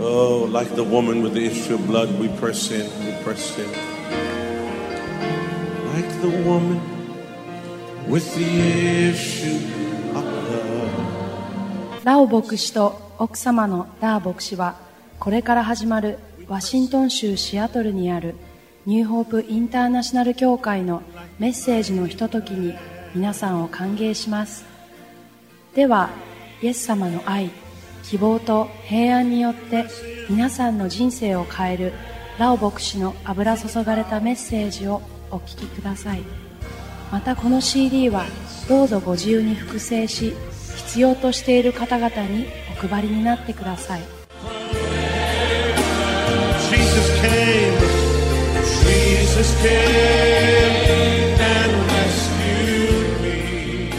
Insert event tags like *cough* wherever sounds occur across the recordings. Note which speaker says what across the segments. Speaker 1: Oh, like the woman with the issue of blood, we press in, we press in. Like the woman with the issue of blood.
Speaker 2: ラオ牧師と奥様のラー牧師はこれから始まるワシントン州シアトルにあるニューホープインターナショナル協会のメッセージのひとときに皆さんを歓迎しますではイエス様の愛希望と平安によって皆さんの人生を変えるラオ牧師の油注がれたメッセージをお聞きくださいまたこの CD はどうぞご自由に複製し必要としている方々にお配りになってください
Speaker 1: Jesus came, Jesus came and rescued me.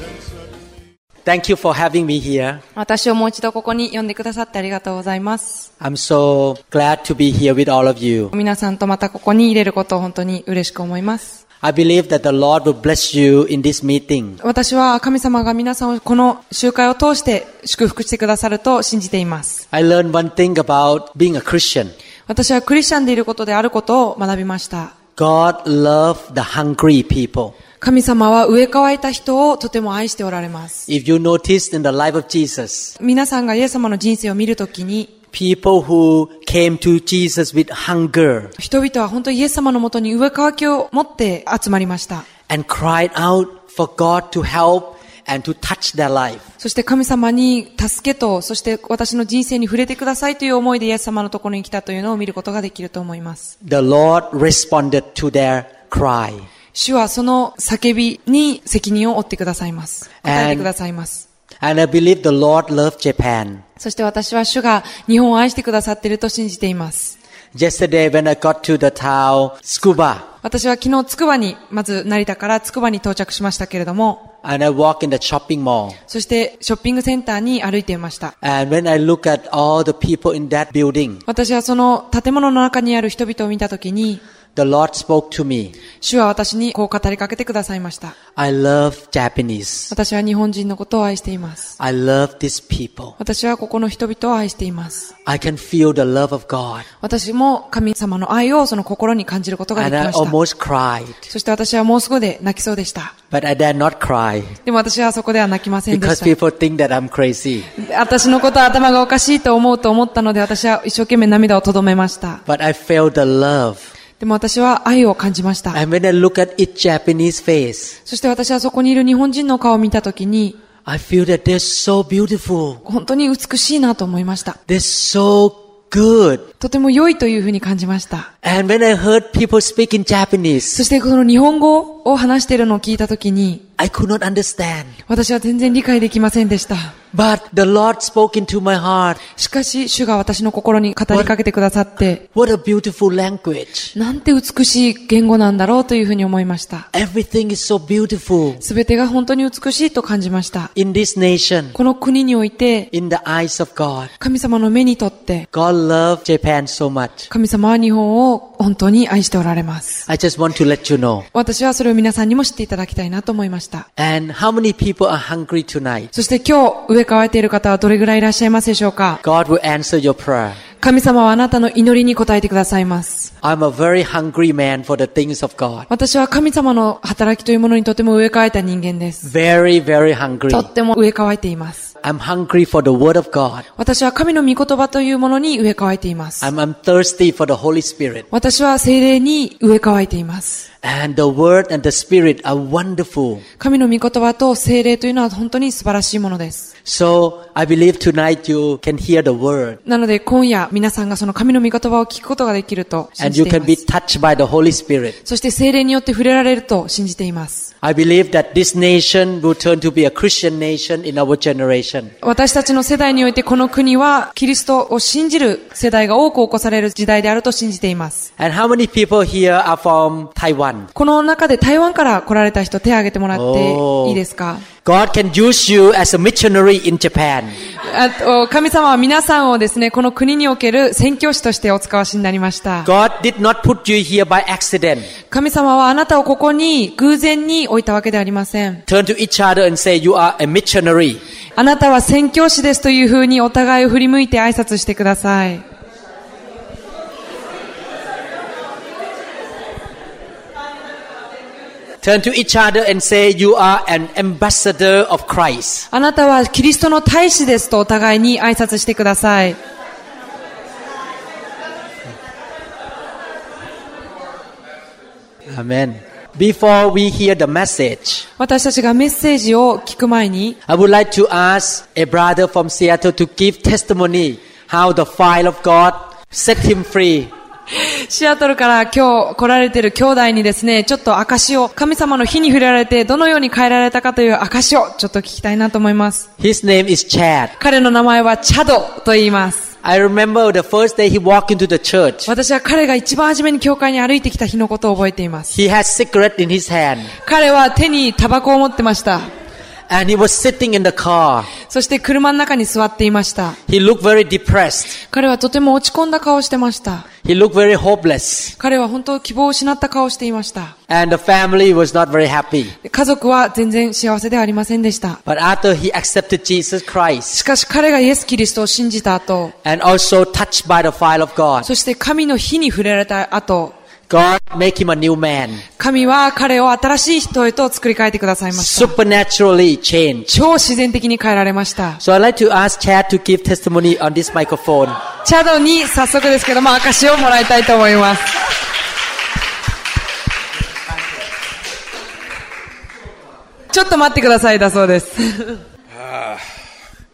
Speaker 1: Thanks a
Speaker 3: Thank you for having me here.
Speaker 4: 私をもう一度ここに呼んでくださってありがとうございます。
Speaker 3: I'm so glad to be here with all of you.
Speaker 4: 皆さんとまたここに入れることを本当に嬉しく思います。
Speaker 3: I believe that the Lord will bless you in this meeting.
Speaker 4: 私は神様が皆さんをこの集会を通して祝福してくださると信じています。
Speaker 3: I learned one thing about being a Christian.
Speaker 4: 私はクリスチャンでいることであることを学びました。
Speaker 3: God loves the hungry people.
Speaker 4: 神様は植え替えた人をとても愛しておられます。
Speaker 3: If you noticed in the life of Jesus,
Speaker 4: 皆さんがイエス様の人生を見るときに、
Speaker 3: people who came to Jesus with hunger
Speaker 4: 人々は本当にイエス様のもとに植え替えを持って集まりました。
Speaker 3: and cried out for God to help and to touch their life.
Speaker 4: そして神様に助けと、そして私の人生に触れてくださいという思いでイエス様のところに来たというのを見ることができると思います。
Speaker 3: The Lord responded to their cry.
Speaker 4: 主はその叫びに責任を負ってくださいます。
Speaker 3: And-
Speaker 4: 与えてくださいます。
Speaker 3: And I believe the Lord loved Japan.
Speaker 4: そして私は主が日本を愛してくださっていると信じています。
Speaker 3: Yesterday when I got to the town Scuba,
Speaker 4: 私は昨日つくばに、まず成田からつくばに到着しましたけれども、
Speaker 3: and I walk in the shopping mall.
Speaker 4: そしてショッピングセンターに歩いていました。
Speaker 3: And when I look at all the people in that building,
Speaker 4: 私はその建物の中にある人々を見たときに、
Speaker 3: the Lord spoke to me.
Speaker 4: 主は私にこう語りかけてくださいました。
Speaker 3: I love Japanese.
Speaker 4: 私は日本人のことを愛しています。
Speaker 3: I love these people.
Speaker 4: 私はここの人々を愛しています。
Speaker 3: I can feel the love of God.
Speaker 4: 私も神様の愛をその心に感じることがで
Speaker 3: And
Speaker 4: き
Speaker 3: I
Speaker 4: まし
Speaker 3: almost
Speaker 4: た。
Speaker 3: cried.
Speaker 4: そして私はもうすぐで泣きそうでした。
Speaker 3: But I dare not cry
Speaker 4: でも私はそこでは泣きませんで
Speaker 3: because
Speaker 4: し
Speaker 3: people think that I'm crazy.
Speaker 4: た。私のことは頭がおかしいと思うと思ったので私は一生懸命涙をとどめました。
Speaker 3: But I felt the love.
Speaker 4: でも私は愛を感じました。
Speaker 3: And when I look at each Japanese face,
Speaker 4: そして私はそこにいる日本人の顔を見たときに、
Speaker 3: I feel that they're so beautiful.
Speaker 4: 本当に美しいなと思いました。
Speaker 3: They're so good.
Speaker 4: とても良いというふうに感じました。
Speaker 3: And when I heard people speak in Japanese,
Speaker 4: そしてこの日本語を話しているのを聞いたときに、
Speaker 3: I could not understand.
Speaker 4: 私は全然理解できませんでした。
Speaker 3: But the Lord spoke into my heart.
Speaker 4: しかし、主が私の心に語りかけてくださって、
Speaker 3: What a beautiful language.
Speaker 4: なんて美しい言語なんだろうというふうに思いました。
Speaker 3: Everything is so beautiful
Speaker 4: すべてが本当に美しいと感じました。
Speaker 3: in this nation,
Speaker 4: この国において、
Speaker 3: in the eyes of God.
Speaker 4: 神様の目にとって、
Speaker 3: God loved Japan so much.
Speaker 4: 神様は日本を本当に愛しておられます。
Speaker 3: I just want to let you know.
Speaker 4: 私はそれを皆さんにも知っていただきたいなと思いました。
Speaker 3: And how many people are hungry tonight?
Speaker 4: そして今日、植え替えている方はどれぐらいいらっしゃいますでしょうか
Speaker 3: God will answer your prayer.
Speaker 4: 神様はあなたの祈りに応えてくださいます。
Speaker 3: I'm a very hungry man for the things of God.
Speaker 4: 私は神様の働きというものにとても植え替えた人間です。
Speaker 3: Very, very hungry.
Speaker 4: とっても植え替えています。
Speaker 3: I'm hungry for the Word of God.
Speaker 4: 私は神の御言葉というものに植え替えています。
Speaker 3: I'm, I'm thirsty for the Holy Spirit.
Speaker 4: 私は精霊に植え替えています。
Speaker 3: And the Word and the Spirit are wonderful.
Speaker 4: 神の御言葉と精霊というのは本当に素晴らしいものです。
Speaker 3: So I believe tonight you can hear the Word
Speaker 4: なので今夜皆さんがその神の御言葉を聞くことができると信
Speaker 3: and
Speaker 4: じ
Speaker 3: you
Speaker 4: て
Speaker 3: can
Speaker 4: いま
Speaker 3: be
Speaker 4: す。
Speaker 3: touched by the Holy Spirit.
Speaker 4: そして精霊によって触れられると信じています。
Speaker 3: I believe that this nation will turn to be a Christian nation in our generation.
Speaker 4: 私たちの世代においてこの国はキリストを信じる世代が多く起こされる時代であると信じています。
Speaker 3: And how many people here are from Taiwan?
Speaker 4: この中で台湾から来られた人手を挙げてもらっていいですか
Speaker 3: God can use you as a missionary in Japan.
Speaker 4: あと神様は皆さんをですね、この国における宣教師としてお使わしになりました。
Speaker 3: God did not put you here by accident.
Speaker 4: 神様はあなたをここに偶然にに置いたわけではありません。
Speaker 3: Turn to each other and say, You are a missionary.
Speaker 4: あなたは宣教師ですというふうにお互いを振り向いて挨拶してください。
Speaker 3: Turn to each other and say, You are an ambassador of Christ.
Speaker 4: あなたはキリストの大使ですとお互いに挨拶してください。
Speaker 3: Amen. Before we hear the message,
Speaker 4: 私たちがメッセージを聞く前に、
Speaker 3: I would like to ask a brother from Seattle to give testimony how the fire of God set him free.
Speaker 4: シアトルから今日来られている兄弟にですね、ちょっと証を、神様の火に触れられてどのように変えられたかという証をちょっと聞きたいなと思います。
Speaker 3: His name is Chad.
Speaker 4: 彼の名前はチャドと言います。
Speaker 3: I remember the first day he walked into the church.
Speaker 4: 私は彼が一番初めに教会に歩いてきた日のことを覚えています。
Speaker 3: He had cigarette in his hand
Speaker 4: 彼は手にタバコを持ってました。
Speaker 3: and he was sitting in the car.
Speaker 4: そして車の中に座っていました。
Speaker 3: He looked very depressed.
Speaker 4: 彼はとても落ち込んだ顔をしてました。
Speaker 3: He looked very hopeless.
Speaker 4: 彼は本当希望を失った顔をしていました。
Speaker 3: And the family was not very happy.
Speaker 4: で家族は全然幸せではありませんでした。
Speaker 3: But after he accepted Jesus
Speaker 4: し
Speaker 3: Christ
Speaker 4: かし彼がイエス・キリストを信じた後、
Speaker 3: and also touched by the fire of God,
Speaker 4: そして神の火に触れられた後、
Speaker 3: God made him a new man.
Speaker 4: 神は彼を新しい人へと作り変えてくださいました。
Speaker 3: Supernaturally changed.
Speaker 4: 超自然的に変えられました。
Speaker 3: So I'd like to ask Chad to give testimony on this microphone.
Speaker 4: チャドに早速ですけども、証をもらいたいと思います。ちょっと待ってくださいだそうです。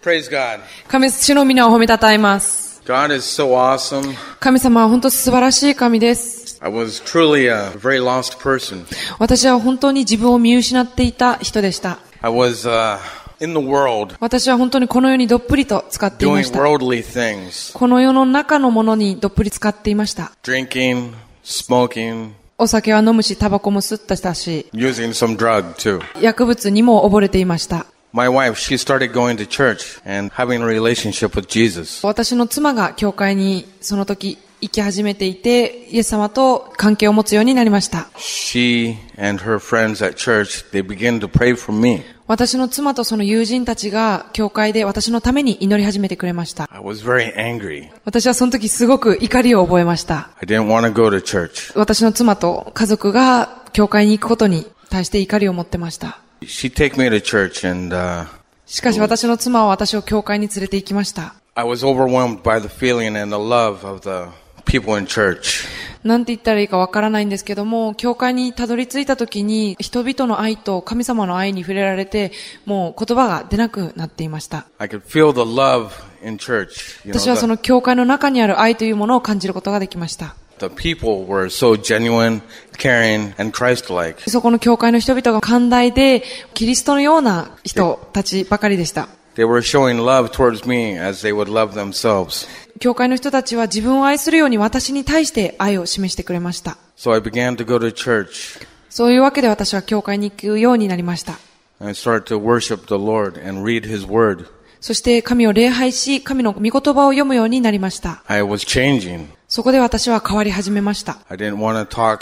Speaker 5: Praise God.
Speaker 4: 神主の皆を褒めたたえます。
Speaker 5: God is so awesome.
Speaker 4: 神様は本当素晴らしい神です。
Speaker 5: I was truly a very lost person.
Speaker 4: 私は本当に自分を見失っていた人でした。
Speaker 5: I was uh, in the world
Speaker 4: 私は本当にこの世にどっぷりと使っていまし
Speaker 5: doing
Speaker 4: た。
Speaker 5: worldly things
Speaker 4: この世の中のものにどっぷり使っていました。
Speaker 5: drinking, smoking,
Speaker 4: お酒は飲むし、タバコも吸ったしたし、
Speaker 5: using some drug too.
Speaker 4: 薬物にも溺れていました。
Speaker 5: My wife, she started going to church and having a relationship with Jesus.
Speaker 4: 私の妻が教会にその時行き始めていて、イエス様と関係を持つようになりました。
Speaker 5: She and her friends at church, they began to pray for me.
Speaker 4: 私の妻とその友人たちが教会で私のために祈り始めてくれました。
Speaker 5: I was very angry.
Speaker 4: 私はその時すごく怒りを覚えました。
Speaker 5: I didn't want to go to church.
Speaker 4: 私の妻と家族が教会に行くことに対して怒りを持ってました。
Speaker 5: She take me to church and uh,
Speaker 4: しかし私の妻は私を教会に連れて行きました。
Speaker 5: I was overwhelmed by the feeling and the love of the people in church.
Speaker 4: なんて言ったらいいかわからないんですけども、教会にたどり着いた時に、人々の愛と神様の愛に触れられて、もう言葉が出なくなっていました。
Speaker 5: I could feel the love in church. You
Speaker 4: 私はそ
Speaker 5: the,
Speaker 4: の教会の中にある愛というものを感じることができました。
Speaker 5: the people were so genuine, caring, and Christ-like.
Speaker 4: そこの教会の人々が寛大で、キリストのような人たちばかりでした。
Speaker 5: They were showing love towards me as they would love themselves.
Speaker 4: 教会の人たちは自分を愛するように私に対して愛を示してくれました。
Speaker 5: So I began to go to church
Speaker 4: そういうわけで私は教会に行くようになりました。
Speaker 5: and I started to worship the Lord and read His Word.
Speaker 4: そして神を礼拝し、神の御言葉を読むようになりました。
Speaker 5: I was changing.
Speaker 4: そこで私は変わり始めました。
Speaker 5: I didn't want to talk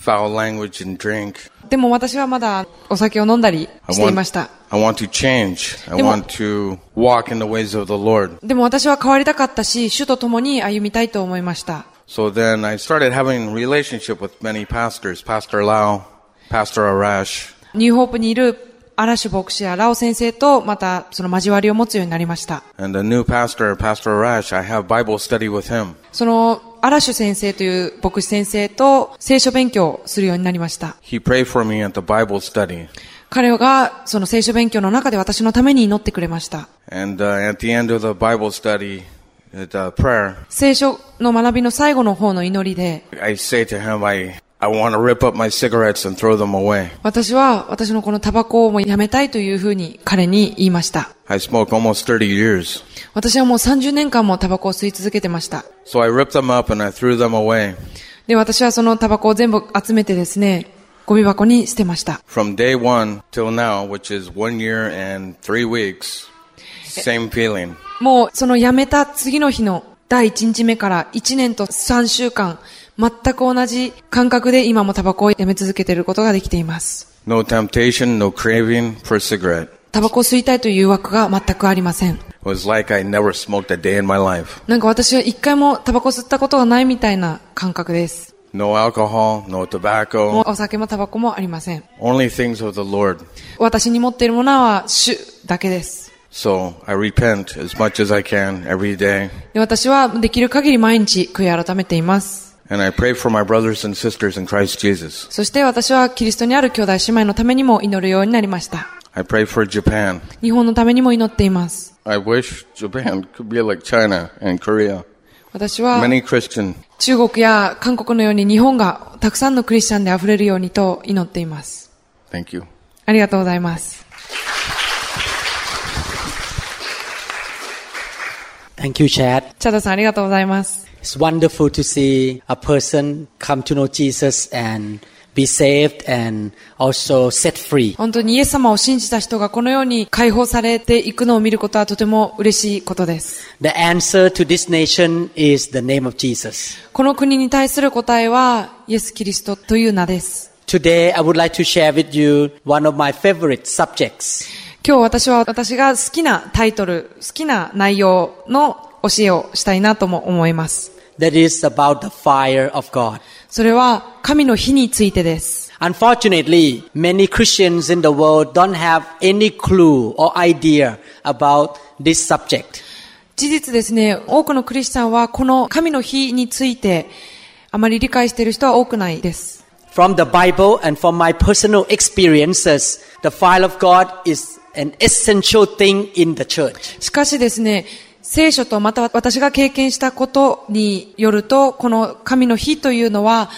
Speaker 5: foul language and drink.
Speaker 4: でも私はまだお酒を飲んだり
Speaker 5: I
Speaker 4: していました。
Speaker 5: I want to change. I
Speaker 4: でも-
Speaker 5: want to walk in the ways of the Lord.
Speaker 4: でも私は変わりたかったし、主と共に歩みたいと思いました。
Speaker 5: So then I started having relationship with many pastors, Pastor Lau, Pastor Arash.
Speaker 4: ニューホープにいる嵐牧師やラオ先生とまたその交わりを持つようになりました。
Speaker 5: And the new pastor, Pastor Arash, I have Bible study with him.
Speaker 4: その嵐先生という牧師先生と聖書勉強をするようになりました。
Speaker 5: He prayed for me at the Bible study.
Speaker 4: 彼がその聖書勉強の中で私のために祈ってくれました。
Speaker 5: And uh, at the end of the Bible study, at uh, prayer,
Speaker 4: 聖書の学びの最後の方の祈りで、
Speaker 5: I say to him, I, I want to rip up my cigarettes and throw them away.
Speaker 4: 私は私のこのタバコをもうやめたいというふうに彼に言いました。
Speaker 5: I smoked almost 30 years.
Speaker 4: 私はもう30年間もタバコを吸い続けてました。
Speaker 5: So I ripped them up and I threw them away.
Speaker 4: で、私はそのタバコを全部集めてですね、ゴミ箱に捨てました。
Speaker 5: From day one till now, which is one year and three weeks, same feeling.
Speaker 4: もうその辞めた次の日の第1日目から1年と3週間、全く同じ感覚で今もタバコをやめ続けていることができています。
Speaker 5: No temptation, no craving for a cigarette.
Speaker 4: タバコを吸いたいという誘惑が全くありません。
Speaker 5: It was like I never smoked a day in my life.
Speaker 4: なんか私は一回もタバコ吸ったことがないみたいな感覚です。
Speaker 5: No alcohol, no
Speaker 4: も
Speaker 5: tobacco,
Speaker 4: うお酒もタバコもありません。
Speaker 5: only things of the Lord.
Speaker 4: 私に持っているものは酒だけです。
Speaker 5: So I repent as much as I can every day.
Speaker 4: で私はできる限り毎日悔い改めています。
Speaker 5: And I pray for my brothers and sisters in Christ Jesus.
Speaker 4: そして私はキリストにある兄弟姉妹のためにも祈るようになりました。
Speaker 5: I pray for Japan.
Speaker 4: 日本のためにも祈っています。
Speaker 5: I wish Japan could be like China and Korea.
Speaker 4: 私は
Speaker 5: Many Christian.
Speaker 4: 中国や韓国のように日本がたくさんのクリスチャンで溢れるようにと祈っています。
Speaker 5: Thank you.
Speaker 4: ありがとうございます。
Speaker 3: Thank you, Chad.
Speaker 4: チャダさんありがとうございます。
Speaker 3: It's wonderful to see a person come to know Jesus and be saved and also set free.
Speaker 4: 本当にイエス様を信じた人がこのように解放されていくのを見ることはとても嬉しいことです。
Speaker 3: The answer to this nation is the name of Jesus.
Speaker 4: この国に対する答えはイエス・キリストという名です。
Speaker 3: Today, I would like to share with you one of my favorite subjects.
Speaker 4: 今日私は私が好きなタイトル、好きな内容の教えをしたいなとも思います。
Speaker 3: That is about the fire of God.
Speaker 4: それは神の火についてです。
Speaker 3: Unfortunately, many Christians in the world don't have any clue or idea about this subject.
Speaker 4: 事実ですね、多くのクリスチャンはこの神の火についてあまり理解している人は多くないです。
Speaker 3: From the Bible and from my personal experiences, the fire of God is an essential thing in the church.
Speaker 4: しかしですね、聖書とまた私が経験したことによると、この神の火というのは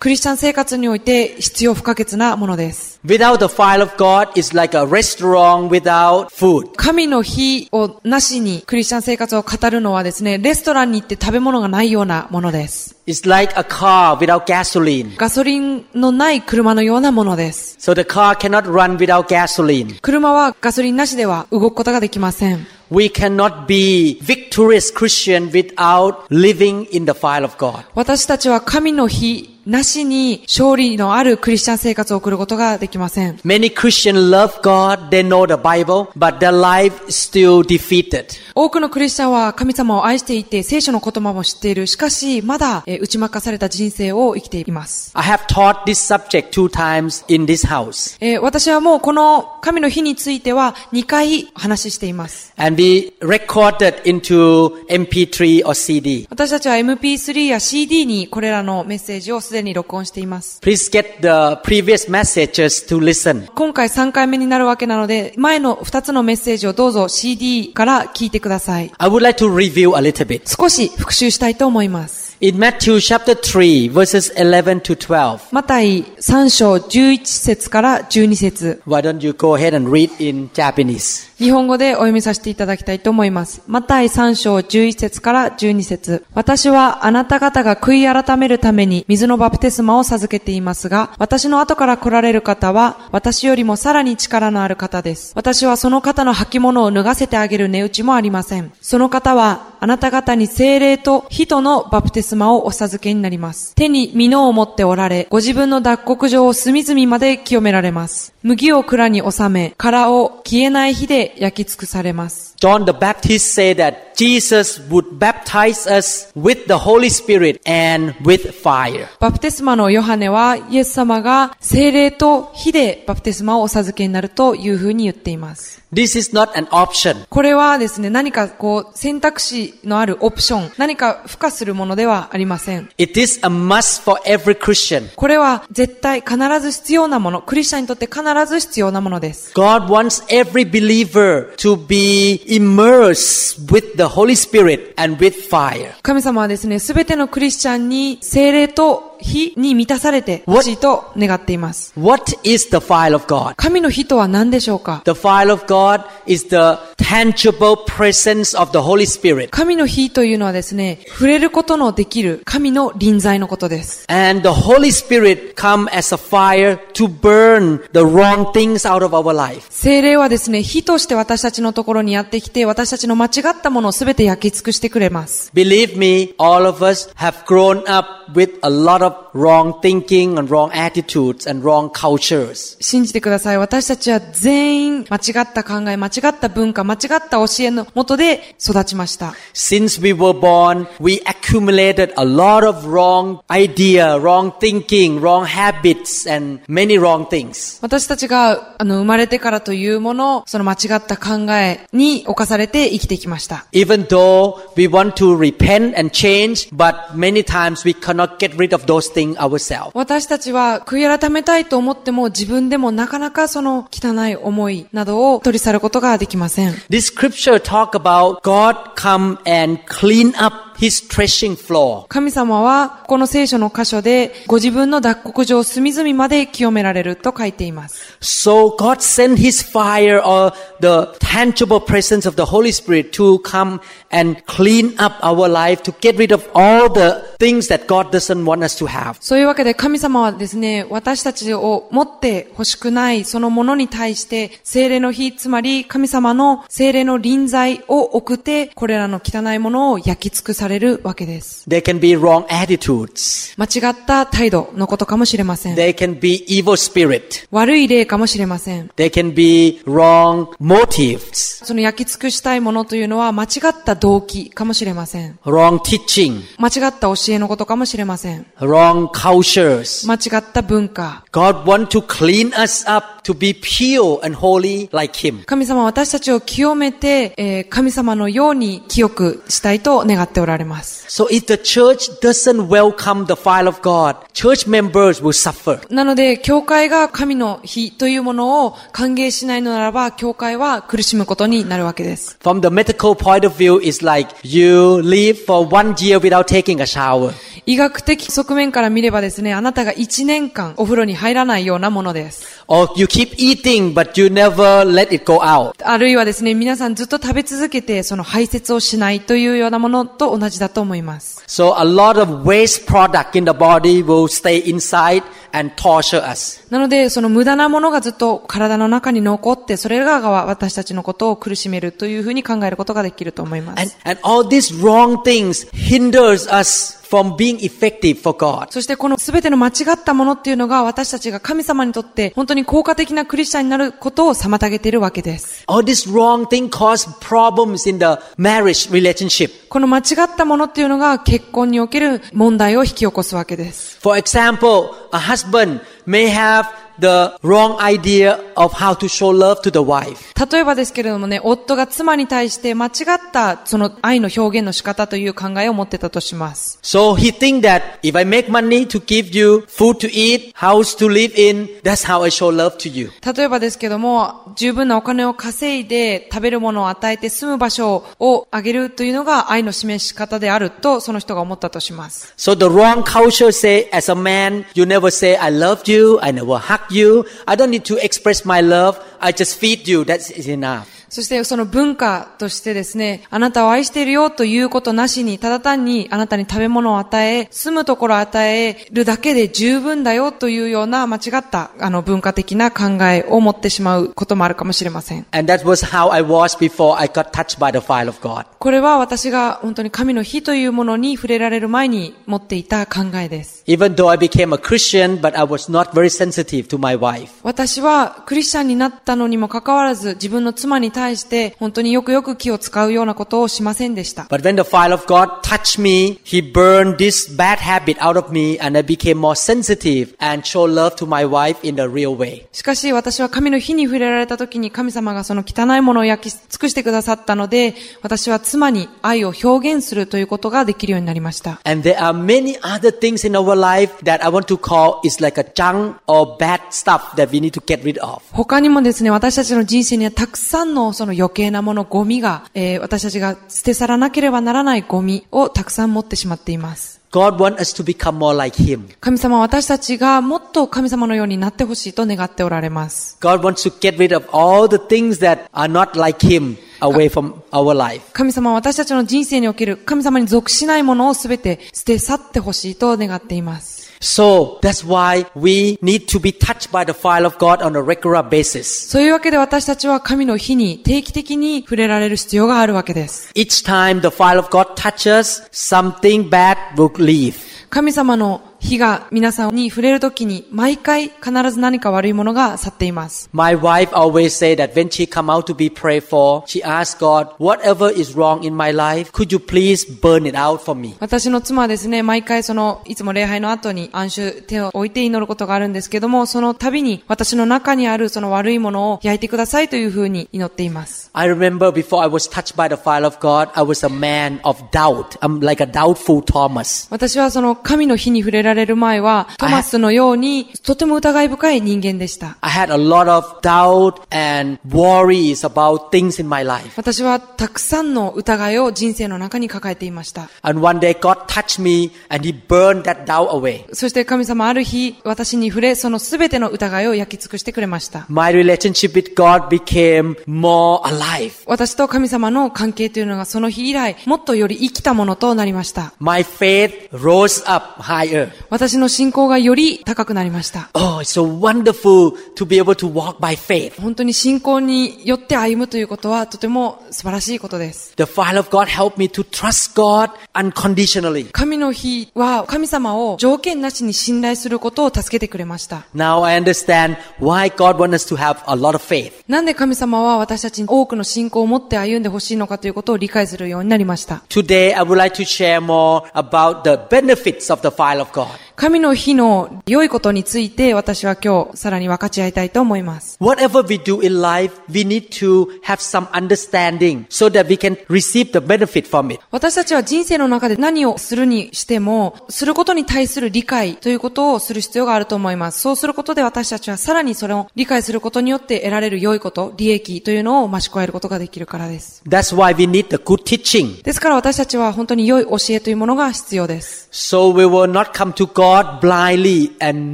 Speaker 4: クリスチャン生活において必要不可欠なものです。
Speaker 3: Without the fire of God, it's like a restaurant without food.
Speaker 4: 神の日をなしにクリスチャン生活を語るのはですね、レストランに行って食べ物がないようなものです。
Speaker 3: It's like a car without gasoline.
Speaker 4: ガソリンのない車のようなものです。
Speaker 3: So the car cannot run without gasoline.
Speaker 4: 車はガソリンなしでは動くことができません。
Speaker 3: We cannot be victorious Christian without living in the fire of God.
Speaker 4: 私たちは神の日なしに勝利のあるクリスチャン生活を送ることができません。
Speaker 3: Many Christians love God, they know the Bible, but their life is still defeated.
Speaker 4: 多くのクリスチャンは神様を愛していて聖書の言葉も知っている。しかし、まだえー打ち負かされた人生を生きています。
Speaker 3: I have taught this subject two times in this house.
Speaker 4: えー私はもうこの神の日については2回話しています。
Speaker 3: And we recorded into MP3 or CD.
Speaker 4: 私たちは MP3 や CD にこれらのメッセージをすでに録音しています。
Speaker 3: Please get the previous messages to listen.
Speaker 4: 今回3回目になるわけなので、前の2つのメッセージをどうぞ CD から聞いてください。
Speaker 3: I would like to review a little bit.
Speaker 4: 少し復習したいと思います。
Speaker 3: In Matthew chapter 3 verses 11 to 12.
Speaker 4: マタイ3章11節から12節
Speaker 3: Why don't you go ahead and read in Japanese?
Speaker 4: 日本語でお読みさせていただきたいと思います。マタイ3章11節から12節私はあなた方が悔い改めるために水のバプテスマを授けていますが、私の後から来られる方は、私よりもさらに力のある方です。私はその方の履物を脱がせてあげる値打ちもありません。その方は、あなた方に精霊と火とのバプテスマをお授けになります。手に蓑を持っておられ、ご自分の脱穀場を隅々まで清められます。麦を蔵に収め、殻を消えない火で焼き尽くされます。
Speaker 3: John the Baptist said that Jesus would baptize us with the Holy Spirit and with fire.
Speaker 4: バプテスマのヨハネは、イエス様が精霊と火でバプテスマをお授けになるというふうに言っています。
Speaker 3: This is not an option.
Speaker 4: これはですね、何かこう、選択肢のあるオプション、何か付加するものではありません。
Speaker 3: It is a must for every Christian.
Speaker 4: これは絶対必ず必要なもの、クリスチャンにとって必ず必要なものです。
Speaker 3: God wants every believer to be immersed with the Holy Spirit and with fire.
Speaker 4: 神様はですね、すべてのクリスチャンに精霊と火に満たされてほしいと願っています。
Speaker 3: What is the fire of God?
Speaker 4: 神の火とは何でしょうか
Speaker 3: The fire of God is the tangible presence of the Holy Spirit.
Speaker 4: 神の火というのはですね、触れることのできる神の臨在のことです。
Speaker 3: And the Holy Spirit come as a fire to burn the wrong things out of our life.
Speaker 4: 精霊はですね、火として私たちのところにやってきて、私たちの間違ったものをすべて焼き尽くしてくれます。
Speaker 3: Believe me, all of us have grown up with a lot of of wrong thinking and wrong attitudes and wrong cultures.
Speaker 4: 信じてください。私たちは全員間違った考え、間違った文化、間違った教えのもとで育ちました。
Speaker 3: Since we were born, we accumulated a lot of wrong idea, wrong thinking, wrong habits, and many wrong things.
Speaker 4: 私たちが、あの、生まれてからというもの、その間違った考えに侵されて生きてきました。
Speaker 3: Even though we want to repent and change, but many times we cannot get rid of those things ourselves.
Speaker 4: 私たちは悔い改めたいと思っても自分でもなかなかその汚い思いなどを取り去ることができません。
Speaker 3: This scripture talk about God come and clean up his threshing floor.
Speaker 4: 神様はこの聖書の箇所でご自分の脱穀場隅々まで清められると書いています。
Speaker 3: So God sent his fire or the tangible presence of the Holy Spirit to come and clean up our life to get rid of all the things that God doesn't want us to have.
Speaker 4: そういうわけで神様はですね、私たちを持って欲しくないそのものに対して精霊の火、つまり神様の精霊の臨在を送ってこれらの汚いものを焼き尽くされるわけです。
Speaker 3: There can be wrong attitudes.
Speaker 4: 間違った態度のことかもしれません。
Speaker 3: There can be evil spirit.
Speaker 4: 悪い例かもしれません。
Speaker 3: There can be wrong motives,
Speaker 4: その焼き尽くしたいものというのは間違った動機かもしれません。
Speaker 3: wrong teaching,
Speaker 4: 間違った教えのことかもしれません。
Speaker 3: wrong cultures.
Speaker 4: 間違った文化。
Speaker 3: God want to clean us up to be pure and holy like Him.
Speaker 4: 神様は私たちを清めて、えー神様のように清くしたいと願っておられます。
Speaker 3: So if the church doesn't welcome the file of God, church members will suffer.
Speaker 4: なので、教会が神の日というものを歓迎しないのならば、教会は苦しむことになるわけです。
Speaker 3: From the medical point of view, it's like you live for one year without taking a shower.
Speaker 4: 医学的側面から見ればですね、あなたが1年間お風呂に入らないようなものです。
Speaker 3: Or you keep eating but you never let it go out.
Speaker 4: あるいはですね、皆さんずっと食べ続けて、その排泄をしないというようなものと同じだと思います。
Speaker 3: So a lot of waste product in the body will stay inside and torture us.
Speaker 4: なので、その無駄なものがずっと体の中に残って、それらが私たちのことを苦しめるというふうに考えることができると思いま
Speaker 3: And,
Speaker 4: す。
Speaker 3: and all these wrong things hinders us from being effective for God.
Speaker 4: そしてこの全ての間違ったものっていうのが私たちが神様にとって本当に効果的なクリスチャンになることを妨げているわけです。
Speaker 3: All this wrong thing cause problems in the marriage relationship.
Speaker 4: この間違ったものっていうのが結婚における問題を引き起こすわけです。
Speaker 3: For example, a husband may have the wrong idea of how to show love to the wife.
Speaker 4: 例えばですけれどもね、夫が妻に対して間違ったその愛の表現の仕方という考えを持ってたとします。
Speaker 3: So he think that if I make money to give you food to eat, house to live in, that's how I show love to you.
Speaker 4: 例えばですけども、十分なお金を稼いで食べるものを与えて住む場所をあげるというのが愛の示し方であるとその人が思ったとします。
Speaker 3: So the wrong culture say, as a man, you never say, I love you, I never hug you, I don't need to express my love, I just feed you, that's is enough.
Speaker 4: そしてその文化としてですね、あなたを愛しているよということなしに、ただ単にあなたに食べ物を与え、住むところを与えるだけで十分だよというような間違ったあの文化的な考えを持ってしまうこともあるかもしれません。
Speaker 3: And that was how I was before I got touched by the fire of God.
Speaker 4: これは私が本当に神の火というものに触れられる前に持っていた考えです。
Speaker 3: Even though I became a Christian, but I was not very sensitive to my wife.
Speaker 4: 私はクリスチャンになったのにもかかわらず自分の妻に対して本当によくよく気を使うようなことをしませんでした。
Speaker 3: But when the fire of God touched me, He burned this bad habit out of me and I became more sensitive and show love to my wife in the real way.
Speaker 4: しかし私は神の火に触れられた時に神様がその汚いものを焼き尽くしてくださったので私は妻に愛を表現するということができるようになりました。
Speaker 3: And there are many other things in our life that I want to call is like a junk or bad stuff that we need to get rid of.
Speaker 4: 他にもですね、私たちの人生にはたくさんのその余計なもの、ゴミが、えー私たちが捨て去らなければならないゴミをたくさん持ってしまっています。
Speaker 3: God wants us to become more like Him.
Speaker 4: 神様は私たちがもっと神様のようになってほしいと願っておられます。
Speaker 3: God wants to get rid of all the things that are not like Him away from our life.
Speaker 4: 神様は私たちの人生における神様に属しないものをすべて捨て去ってほしいと願っています。
Speaker 3: So that's why we need to be touched by the fire of God on a regular basis.
Speaker 4: そういうわけで私たちは神の日に定期的に触れられる必要があるわけです。
Speaker 3: Each time the fire of God touches, something bad will leave.
Speaker 4: 神様の火が皆さんに触れるときに、毎回必ず何か悪いものが去っています。
Speaker 3: My wife always say that when she come out to be prayed for, she asks God, whatever is wrong in my life, could you please burn it out for me?
Speaker 4: 私の妻はですね、毎回その、いつも礼拝の後に暗衆手を置いて祈ることがあるんですけども、その度に私の中にあるその悪いものを焼いてくださいというふうに祈っています。
Speaker 3: I remember before I was touched by the fire of God, I was a man of doubt. I'm like a doubtful Thomas.
Speaker 4: 私はその神の火に触れられる前は、トマスのようにとても疑い深い人間でした。
Speaker 3: I had a lot of doubt and worries about things in my life.
Speaker 4: 私はたくさんの疑いを人生の中に抱えていました。
Speaker 3: And one day God touched me and he burned that doubt away.
Speaker 4: そして神様ある日、私に触れ、そのすべての疑いを焼き尽くしてくれました。
Speaker 3: My relationship with God became more alive.
Speaker 4: 私と神様の関係というのがその日以来、もっとより生きたものとなりました。
Speaker 3: My faith rose up higher.
Speaker 4: 私の信仰がより高くなりました。
Speaker 3: Oh, it's so wonderful to be able to walk by faith.
Speaker 4: 本当に信仰によって歩むということはとても素晴らしいことです。
Speaker 3: The fire of God helped me to trust God unconditionally.
Speaker 4: 神の日は神様を条件なしに信頼することを助けてくれました。
Speaker 3: Now I understand why God wants us to have a lot of faith.
Speaker 4: なんで神様は私たちに多くの信仰を持って歩んでほしいのかということを理解するようになりました。
Speaker 3: Today I would like to share more about the benefits of the fire of God.
Speaker 4: 神の日の良いことについて私は今日さらに分かち合いたいと思います。
Speaker 3: Whatever we do in life, we need to have some understanding so that we can receive the benefit from it.
Speaker 4: 私たちは人生の中で何をするにしても、することに対する理解ということをする必要があると思います。そうすることで私たちはさらにそれを理解することによって得られる良いこと、利益というのを増し加えることができるからです。
Speaker 3: That's why we need the good teaching.
Speaker 4: ですから私たちは本当に良い教えというものが必要です。
Speaker 3: So we will not come to God blindly and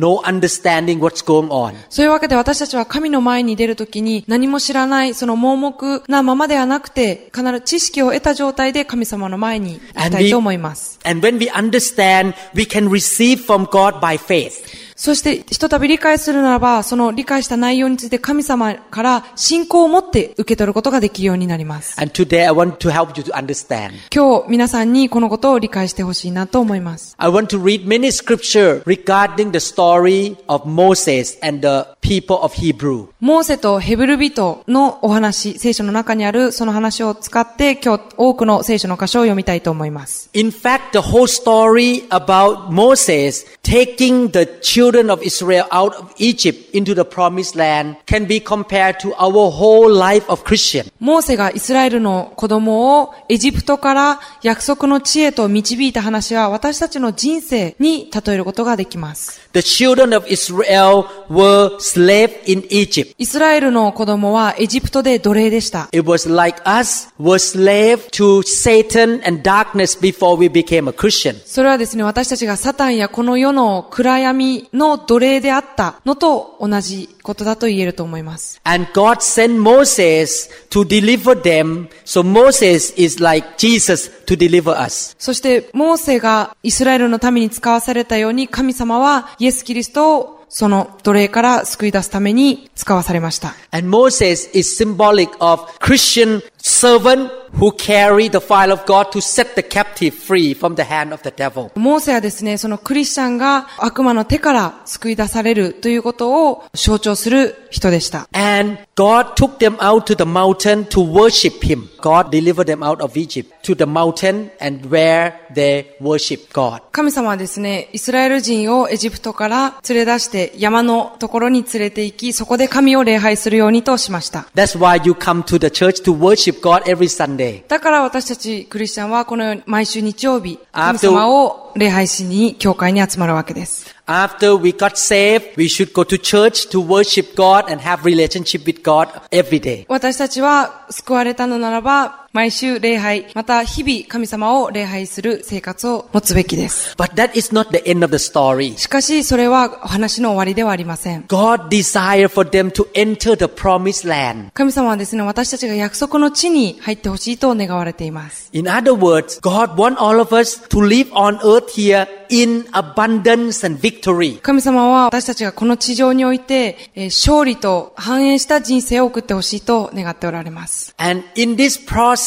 Speaker 3: no understanding what's going on.
Speaker 4: そういうわけで私たちは神の前に出るときに何も知らない、その盲目なままではなくて、必ず知識を得た状態で神様の前に行きたいと思います。
Speaker 3: and when we understand, we can receive from God by faith.
Speaker 4: そして、ひとたび理解するならば、その理解した内容について神様から信仰を持って受け取ることができるようになります。
Speaker 3: And today I want to help you to understand.
Speaker 4: 今日、皆さんにこのことを理解してほしいなと思います。
Speaker 3: I want to read many scripture regarding the story of Moses and the people of Hebrew.
Speaker 4: モーセとヘブル人のお話、聖書の中にあるその話を使って、今日多くの聖書の箇所を読みたいと思います。
Speaker 3: In fact, the whole story about Moses taking the children of Israel out of Egypt into the promised land can be compared to our whole life of Christian.
Speaker 4: モーセがイスラエルの子供をエジプトから約束の地へと導いた話は私たちの人生に例えることができます。
Speaker 3: The children of Israel were slaves in Egypt.
Speaker 4: イスラエルの子供はエジプトで奴隷でした。
Speaker 3: It was like us were slaves to Satan and darkness before we became a Christian.
Speaker 4: それはですね、私たちがサタンやこの世の暗闇の奴隷であったのと同じことだと言えると思います。
Speaker 3: And God sent Moses to deliver them. So Moses is like Jesus to deliver us.
Speaker 4: そして、モーセがイスラエルの民に使わされたように神様はイエス・キリストをその奴隷から救い出すために使わされました。
Speaker 3: And Moses is symbolic of Christian servant who carry the file of God to set the captive free from the hand of the devil.
Speaker 4: モーセはですね、そのクリスチャンが悪魔の手から救い出されるということを象徴する人でした。
Speaker 3: And God took them out to the mountain to worship him. God delivered them out of Egypt to the mountain and where they worship God.
Speaker 4: 神様はですね、イスラエル人をエジプトから連れ出して山のところに連れて行き、そこで神を礼拝するようにとしました。
Speaker 3: That's why you come to the church to worship God every Sunday.
Speaker 4: だから私たちクリスチャンはこのように毎週日曜日、
Speaker 3: あ
Speaker 4: 神様を礼拝しに教会に集まるわけです。
Speaker 3: After we got saved, we should go to church to worship God and have relationship with God every day.
Speaker 4: 私たちは救われたのならば、毎週礼拝、また日々神様を礼拝する生活を持つべきです。
Speaker 3: But that is not the end of the story.
Speaker 4: しかしそれはお話の終わりではありません。
Speaker 3: God desired for them to enter the promised land.
Speaker 4: 神様はですね、私たちが約束の地に入ってほしいと願われています。
Speaker 3: In other words, God wants all of us to live on earth here in abundance and victory.
Speaker 4: 神様は私たちがこの地上において、えー勝利と繁栄した人生を送ってほしいと願っておられます。
Speaker 3: And in this process,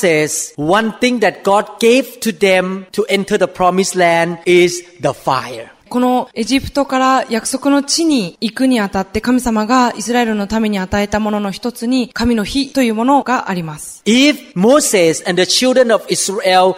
Speaker 3: one thing that God gave to them to enter the promised land is the fire.
Speaker 4: このエジプトから約束の地に行くにあたって神様がイスラエルのために与えたものの一つに神の日というものがあります。
Speaker 3: If Moses and the children of Israel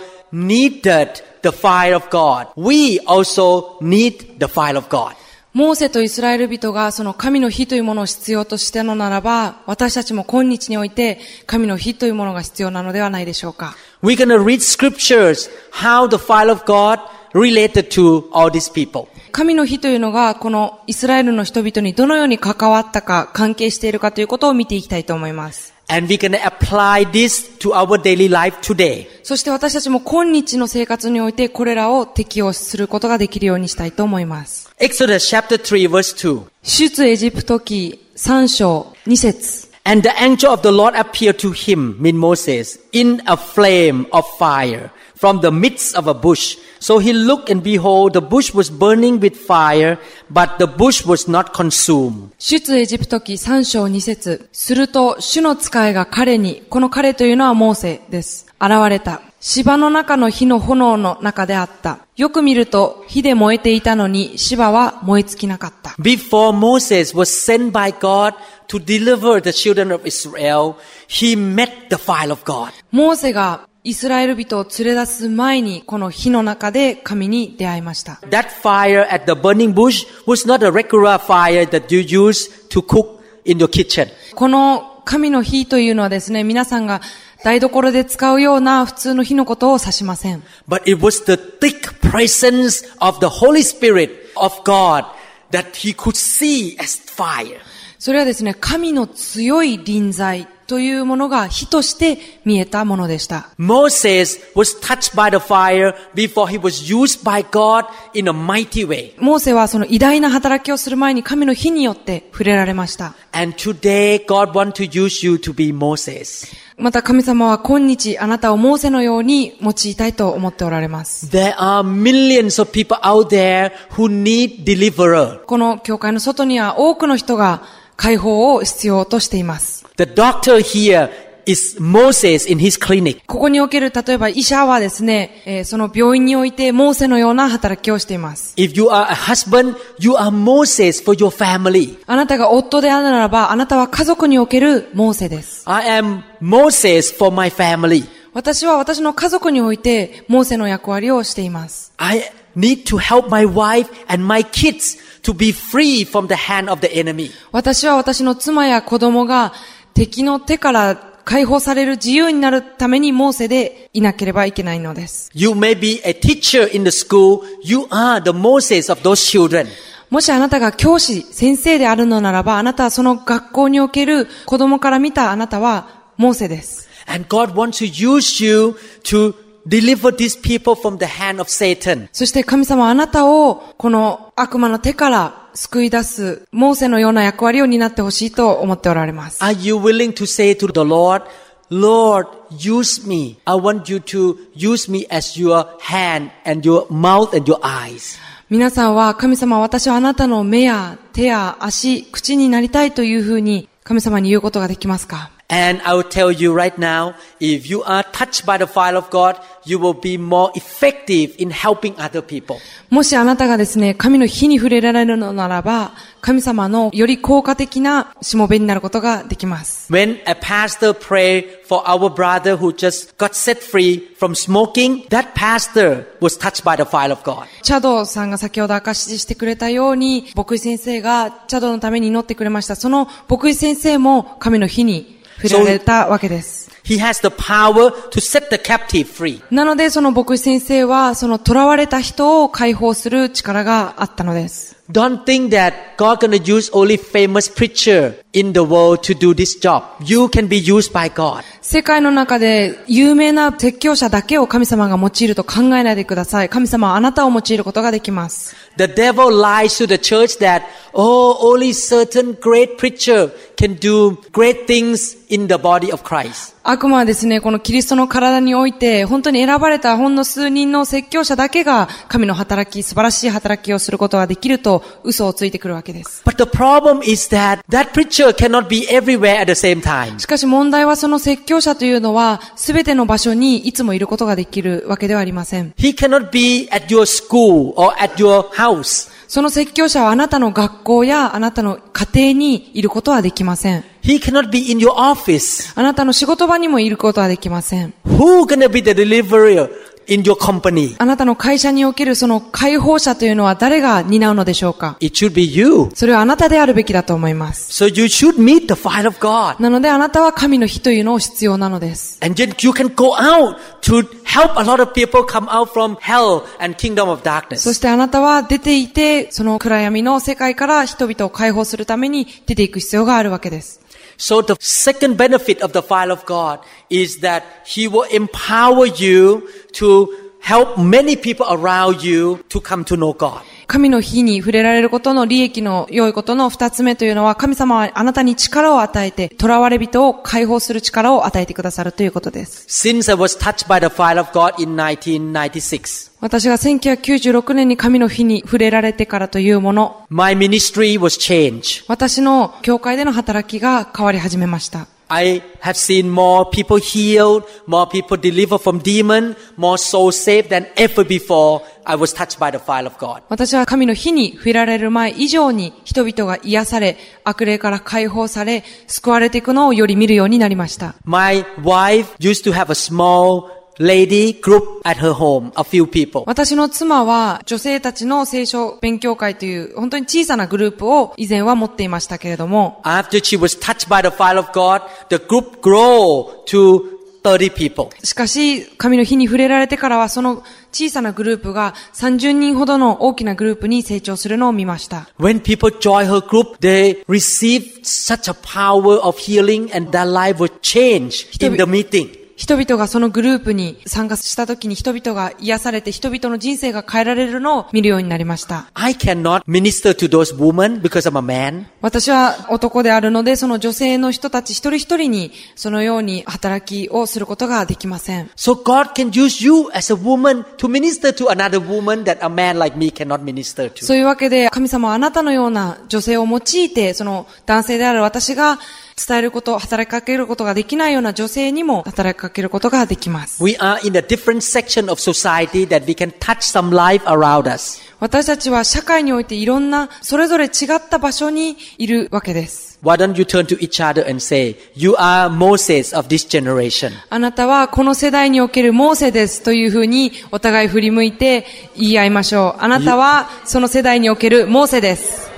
Speaker 3: needed the fire of God, we also need the fire of God.
Speaker 4: モーセとイスラエル人がその神の日というものを必要としたのならば、私たちも今日において神の日というものが必要なのではないでしょうか。
Speaker 3: We're going to read scriptures how the fire of God related to all these people.
Speaker 4: 神の日というのがこのイスラエルの人々にどのように関わったか関係しているかということを見ていきたいと思います。
Speaker 3: And we're going to apply this to our daily life today.
Speaker 4: そして私たちも今日の生活においてこれらを適用することができるようにしたいと思います。
Speaker 3: Exodus chapter 3 verse 2.
Speaker 4: 出エジプト記3章2節
Speaker 3: And the angel of the Lord appeared to him, mean Moses, in a flame of fire from the midst of a bush. So he looked and behold, the bush was burning with fire, but the bush was not consumed.
Speaker 4: 出エジプト記3章2節すると、主の使いが彼に、この彼というのはモーセです。現れた。芝の中の火の炎の中であった。よく見ると、火で燃えていたのに、芝は燃え尽きなかった。
Speaker 3: Before Moses was sent by God to deliver the children of Israel, he met the fire of God.
Speaker 4: モーセがイスラエル人を連れ出す前に、この火の中で神に出会いました。
Speaker 3: That fire at the burning bush was not a regular fire that you use to cook in your kitchen.
Speaker 4: この神の火というのはですね、皆さんが台所で使うような普通の火のことを指しません。
Speaker 3: But it was the thick presence of the Holy Spirit of God that he could see as fire.
Speaker 4: それはですね、神の強い臨在というものが火として見えたものでした。
Speaker 3: Moses was touched by the fire before he was used by God in a mighty way.
Speaker 4: モーセはその偉大な働きをする前に神の火によって触れられました。
Speaker 3: And today God wants to use you to be Moses.
Speaker 4: また神様は今日あなたをモーセのように用いたいと思っておられます。
Speaker 3: There are millions of people out there who need deliverer.
Speaker 4: この教会の外には多くの人が解放を必要としています。
Speaker 3: The doctor here is Moses in his clinic.
Speaker 4: ここにおける例えば医者はですね、えーその病院においてモーセのような働きをしています。
Speaker 3: If you are a husband, you are Moses for your family.
Speaker 4: あなたが夫であるならば、あなたは家族におけるモーセです。
Speaker 3: I am Moses for my family.
Speaker 4: 私は私の家族において、モーセの役割をしています。
Speaker 3: I need to help my wife and my kids to be free from the hand of the enemy.
Speaker 4: 私は私の妻や子供が敵の手から解放される自由になるためにモーセでいなければいけないのです。
Speaker 3: You may be a teacher in the school. You are the Moses of those children.
Speaker 4: もしあなたが教師、先生であるのならば、あなたはその学校における子供から見たあなたはモーセです。
Speaker 3: And God wants to use you to deliver these people from the hand of Satan.
Speaker 4: そして神様はあなたをこの悪魔の手から救い出すモーセのような役割を担ってほしいと思っておられます。
Speaker 3: Are you willing to say to the Lord, Lord, use me. I want you to use me as your hand and your mouth and your eyes.
Speaker 4: 皆さんは神様私はあなたの目や手や足、口になりたいというふうに神様に言うことができますか
Speaker 3: And I will tell you right now, if you are touched by the fire of God, you will be more effective in helping other people.
Speaker 4: もしあなたがですね、神の火に触れられるのならば、神様のより効果的なしもべになることができます。
Speaker 3: When a pastor prayed for our brother who just got set free from smoking, that pastor was touched by the fire of God.
Speaker 4: チャドさんが先ほど証ししてくれたように、牧師先生がチャドのために祈ってくれました。その牧師先生も神の火に触れられたわけです。
Speaker 3: He has the power to set the captive free.
Speaker 4: なのでその牧師先生は、その囚われた人を解放する力があったのです。
Speaker 3: Don't think that God gonna use only famous preacher in the world to do this job. You can be used by God.
Speaker 4: 世界の中で有名な説教者だけを神様が用いると考えないでください。神様はあなたを用いることができます。
Speaker 3: The devil lies to the church that, oh, only certain great preacher can do great things in the body of Christ.
Speaker 4: 悪魔はですね、このキリストの体において、本当に選ばれたほんの数人の説教者だけが、神の働き、素晴らしい働きをすることができると、嘘をついてくるわけです。
Speaker 3: But the problem is that that preacher cannot be everywhere at the same time.
Speaker 4: しかし問題はその説教者というのは、すべての場所にいつもいることができるわけではありません。
Speaker 3: He cannot be at your school or at your house.
Speaker 4: その説教者はあなたの学校やあなたの家庭にいることはできません。
Speaker 3: He cannot be in your office.
Speaker 4: あなたの仕事場にもいることはできません。
Speaker 3: Who gonna be the deliverer in your company?
Speaker 4: あなたの会社におけるその解放者というのは誰が担うのでしょうか
Speaker 3: It should be you.
Speaker 4: それはあなたであるべきだと思います。
Speaker 3: So you should meet the fire of God.
Speaker 4: なのであなたは神の日というのを必要なのです。
Speaker 3: And then you can go out to help a lot of people come out from hell and kingdom of
Speaker 4: そ
Speaker 3: darkness.
Speaker 4: してあなたは出ていて、その暗闇の世界から人々を解放するために出ていく必要があるわけです。
Speaker 3: So the second benefit of the fire of God is that He will empower you to help many people around you to come to know God.
Speaker 4: 神の日に触れられることの利益の良いことの二つ目というのは、神様はあなたに力を与えて、囚われ人を解放する力を与えてくださるということです。
Speaker 3: Since I was touched by the fire of God in 1996,
Speaker 4: 私が1996年に神の日に触れられてからというもの、
Speaker 3: my ministry was changed.
Speaker 4: 私の教会での働きが変わり始めました。
Speaker 3: I have seen more people healed, more people delivered from demon, more souls saved than ever before I was touched by the fire of God.
Speaker 4: 私は神の日に触れられる前以上に人々が癒され、悪霊から解放され、救われていくのをより見るようになりました。
Speaker 3: My wife used to have a small lady group at her home, a few people.
Speaker 4: 私の妻は女性たちの聖書勉強会という本当に小さなグループを以前は持っていましたけれども、
Speaker 3: After she was touched by the fire of God, the group grew to 30 people.
Speaker 4: しかし神の日に触れられてからはその小さなグループが30人ほどの大きなグループに成長するのを見ました。
Speaker 3: When people joined her group, they received such a power of healing and their life was changed in the meeting.
Speaker 4: 人々がそのグループに参加した時に人々が癒されて人々の人生が変えられるのを見るようになりました。
Speaker 3: I cannot minister to those women because I'm a man.
Speaker 4: 私は男であるのでその女性の人たち一人一人にそのように働きをすることができません。
Speaker 3: So God can use you as a woman to minister to another woman that a man like me cannot minister to.
Speaker 4: そういうわけで、神様はあなたのような女性を用いて、その男性である私が伝えること、働きかけることができないような女性にも働きかけることができます。
Speaker 3: we are in a different section of society that we can touch some life around us.
Speaker 4: 私たちは社会においていろんな、それぞれ違った場所にいるわけです。
Speaker 3: Why don't you turn to each other and say, you are Moses of this generation.
Speaker 4: あなたはこの世代におけるモーセですというふうにお互い振り向いて言い合いましょう。あなたはその世代におけるモーセです。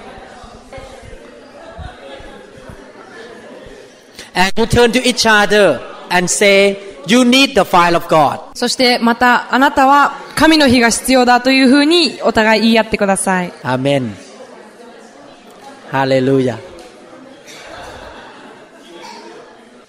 Speaker 3: And you turn to each other and say, you need the fire of God.
Speaker 4: そしてまたあなたは神の日が必要だというふうにお互い言い合ってください。
Speaker 3: Amen. Hallelujah.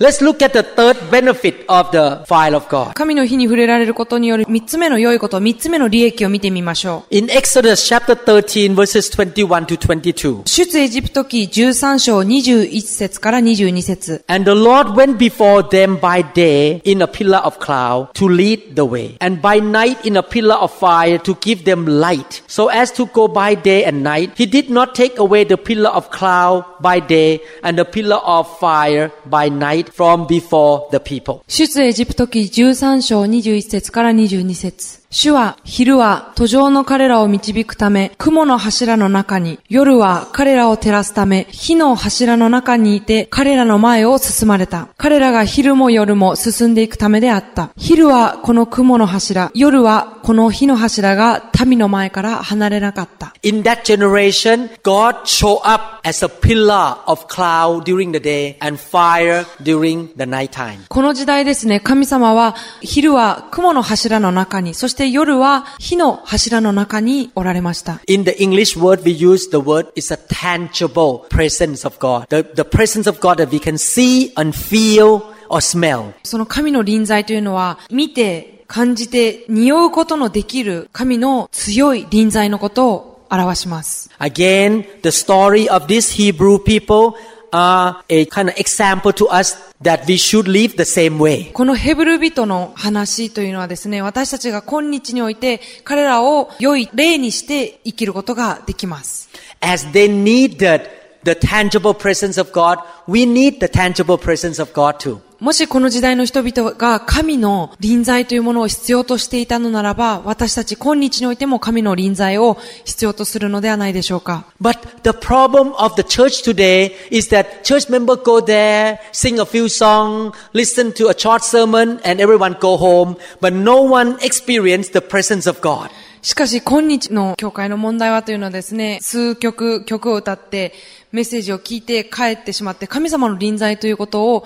Speaker 3: Let's look at the third benefit of the fire of God.
Speaker 4: 神の日に触れられることによる三つ目の良いこと、三つ目の利益を見てみましょ
Speaker 3: In Exodus chapter 13 verses 21 to 22.
Speaker 4: う。出エジプト記13章21節から22節
Speaker 3: And the Lord went before them by day in a pillar of cloud to lead the way, and by night in a pillar of fire to give them light, so as to go by day and night. He did not take away the pillar of cloud by day and the pillar of fire by night from before the people.
Speaker 4: 出エジプト記13章21節から22節主は昼は途上の彼らを導くため雲の柱の中に、夜は彼らを照らすため火の柱の中にいて彼らの前を進まれた。彼らが昼も夜も進んでいくためであった。昼はこの雲の柱、夜はこの火の柱が民の前から離れなかった。
Speaker 3: In that generation, God showed up as a pillar of cloud during the day and fire during the nighttime.
Speaker 4: この時代ですね、神様は昼は雲の柱の中に、そして夜は火の柱の中におられました。
Speaker 3: In the English word, we use the word is a tangible presence of God. The, the presence of God that we can see and feel or smell.
Speaker 4: その神の臨在というのは、見て、感じて、匂うことのできる神の強い臨在のことを表します。
Speaker 3: Again, the story of these Hebrew people are a kind of example to us that we should live the same way.
Speaker 4: このヘブル人の話というのはですね、私たちが今日において彼らを良い例にして生きることができます。
Speaker 3: As they needed the tangible presence of God, we need the tangible presence of God too.
Speaker 4: もしこの時代の人々が神の臨在というものを必要としていたのならば、私たち今日においても神の臨在を必要とするのではないでしょうか。
Speaker 3: But the problem of the church today is that church members go there, sing a few songs, listen to a short sermon, and everyone go home, but no one experience the presence of God.
Speaker 4: しかし今日の教会の問題はというのはですね、数曲曲を歌ってメッセージを聞いて帰ってしまって神様の臨在ということを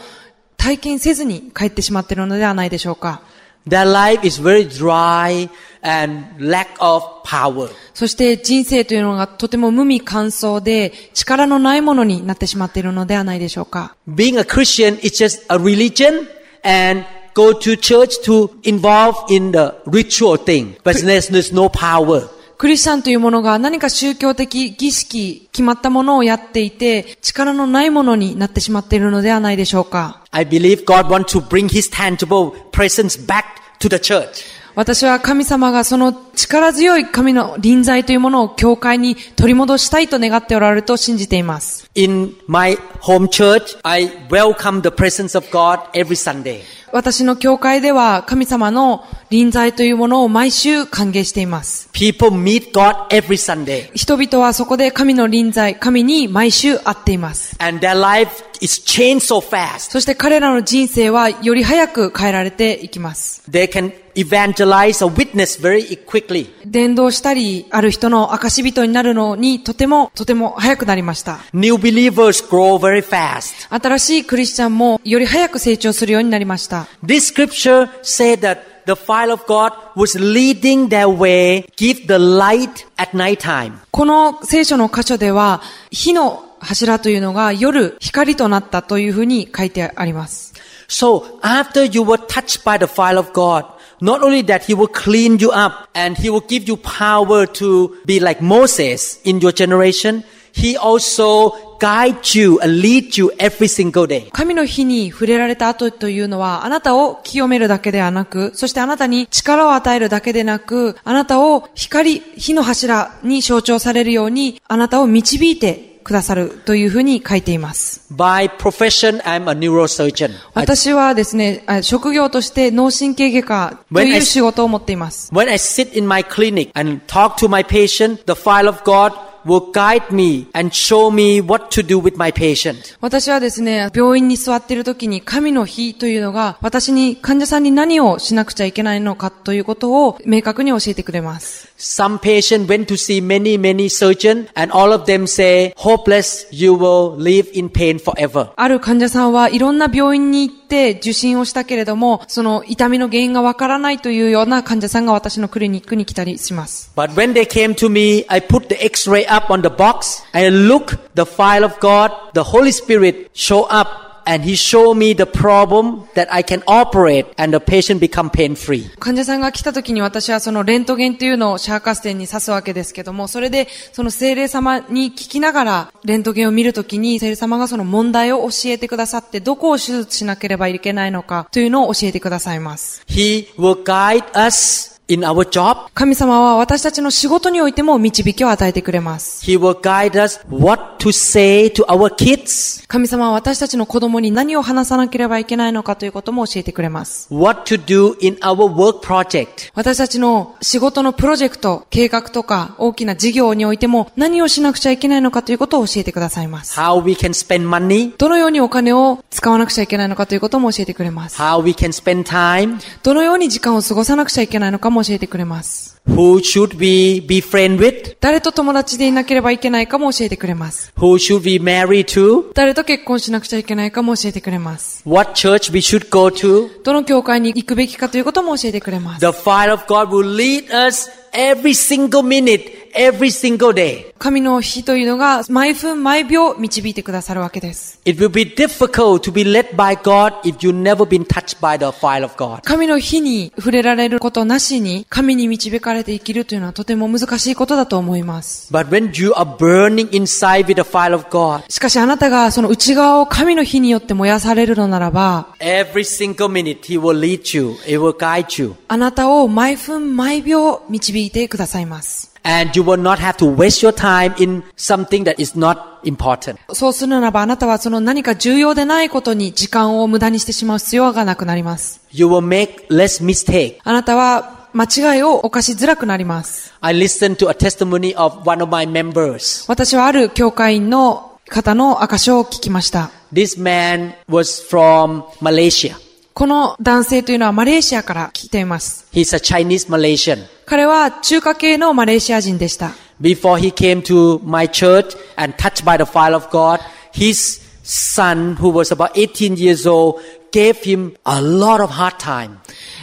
Speaker 4: 体験せずに帰ってしまっているのではないでしょうか。
Speaker 3: Their life is very dry and lack of power.
Speaker 4: そして人生というのがとても無味乾燥で力のないものになってしまっているのではないでしょうか。
Speaker 3: Being a Christian is just a religion and go to church to involve in the ritual thing, but there's, there's no power.
Speaker 4: クリスチャンというものが何か宗教的儀式、決まったものをやっていて力のないものになってしまっているのではないでしょうか。
Speaker 3: I believe God wants to bring His tangible presence back to the church.
Speaker 4: 私は神様がその力強い神の臨在というものを教会に取り戻したいと願っておられると信じています。
Speaker 3: In my home church, I welcome the presence of God every Sunday.
Speaker 4: 私の教会では神様の臨在というものを毎週歓迎しています。
Speaker 3: People meet God every Sunday
Speaker 4: 人々はそこで神の臨在、神に毎週会っています。
Speaker 3: and their life is changed so fast.
Speaker 4: そして彼らの人生はより早く変えられていきます。
Speaker 3: They can evangelize or witness very quickly.
Speaker 4: 伝道したり、ある人の証人になるのにとてもとても早くなりました。
Speaker 3: New believers grow very fast.
Speaker 4: 新しいクリスチャンもより早く成長するようになりました。
Speaker 3: This scripture said that the fire of God was leading their way, give the light at nighttime.
Speaker 4: この聖書の箇所では、火の柱というのが夜光となったというふうに書いてあります。
Speaker 3: So after you were touched by the fire of God, not only that he will clean you up and he will give you power to be like Moses in your generation, he also guides you and leads you every single day.
Speaker 4: 神の火に触れられた後というのは、あなたを清めるだけではなく、そしてあなたに力を与えるだけでなく、あなたを光、火の柱に象徴されるように、あなたを導いてくださるというふうに書いています。
Speaker 3: By profession, I'm a neurosurgeon. I-
Speaker 4: 私はですね、あ職業として脳神経外科という仕事を持っています。
Speaker 3: When I sit in my clinic and talk to my patient, the fire of God will guide me and show me what to do with my patient.
Speaker 4: 私はですね、病院に座っている時に神の日というのが私に患者さんに何をしなくちゃいけないのかということを明確に教えてくれます。
Speaker 3: Some patient went to see many, many surgeons and all of them say, hopeless, you will live in pain forever.
Speaker 4: ある患者さんはいろんな病院に行って受診をしたけれども、その痛みの原因がわからないというような患者さんが私のクリニックに来たりします。
Speaker 3: But when they came to me, I put the x-ray up on the box. I look the file of God, the Holy Spirit show up and he show me the problem that I can operate and the patient become pain free.
Speaker 4: 患者さんが来た時に私はそのレントゲンというのをシャーカステンに刺すわけですけども、それでその精霊様に聞きながらレントゲンを見るときに精霊様がその問題を教えてくださってどこを手術しなければいけないのかというのを教えてくださいます。
Speaker 3: He will guide us in our job.
Speaker 4: 神様は私たちの仕事においても導きを与えてくれます。
Speaker 3: He will guide us what to say to our kids,
Speaker 4: 神様は私たちの子供に何を話さなければいけないのかということも教えてくれます。
Speaker 3: what to do in our work project.
Speaker 4: 私たちの仕事のプロジェクト、計画とか大きな事業においても何をしなくちゃいけないのかということを教えてくださいます。
Speaker 3: How we can spend money,
Speaker 4: どのようにお金を使わなくちゃいけないのかということも教えてくれます。
Speaker 3: how we can spend time,
Speaker 4: どのように時間を過ごさなくちゃいけないのかも教えてくれます。
Speaker 3: who should we be friend with,
Speaker 4: 誰と友達でいなければいけないかも教えてくれます。
Speaker 3: who should we marry to,
Speaker 4: 誰と結婚しなくちゃいけないかも教えてくれます。
Speaker 3: what church we should go to.
Speaker 4: どの教会に行くべきかということも教えてくれます。
Speaker 3: The fire of God will lead us every single minute, every single day.
Speaker 4: 神の日というのが毎分毎秒導いてくださるわけです。
Speaker 3: It will be difficult to be led by God if you've never been touched by the fire of God.
Speaker 4: 神の日に触れられることなしに神に導かれて生きるというのはとても難しいことだと思います。
Speaker 3: But when you are burning inside with the fire of God,
Speaker 4: しかしあなたがその内側を神の火によって燃やされるのならば、
Speaker 3: every single minute He will lead you, He will guide you,
Speaker 4: あなたを毎分毎秒導いてくださいます。
Speaker 3: and you will not have to waste your time in something that is not important.
Speaker 4: そうするならばあなたはその何か重要でないことに時間を無駄にしてしまう必要がなくなります。
Speaker 3: You will make less mistake.
Speaker 4: あなたは間違いを犯しづらくなります。
Speaker 3: I listened to a testimony of one of my members.
Speaker 4: 私はある教会員の方の証しを聞きました。
Speaker 3: This man was from Malaysia.
Speaker 4: この男性というのはマレーシアから来ています。
Speaker 3: He's a Chinese Malaysian.
Speaker 4: 彼は中華系のマレーシア人でした。
Speaker 3: Before he came to my church and touched by the fire of God, his son, who was about 18 years old, gave him a lot of hard time.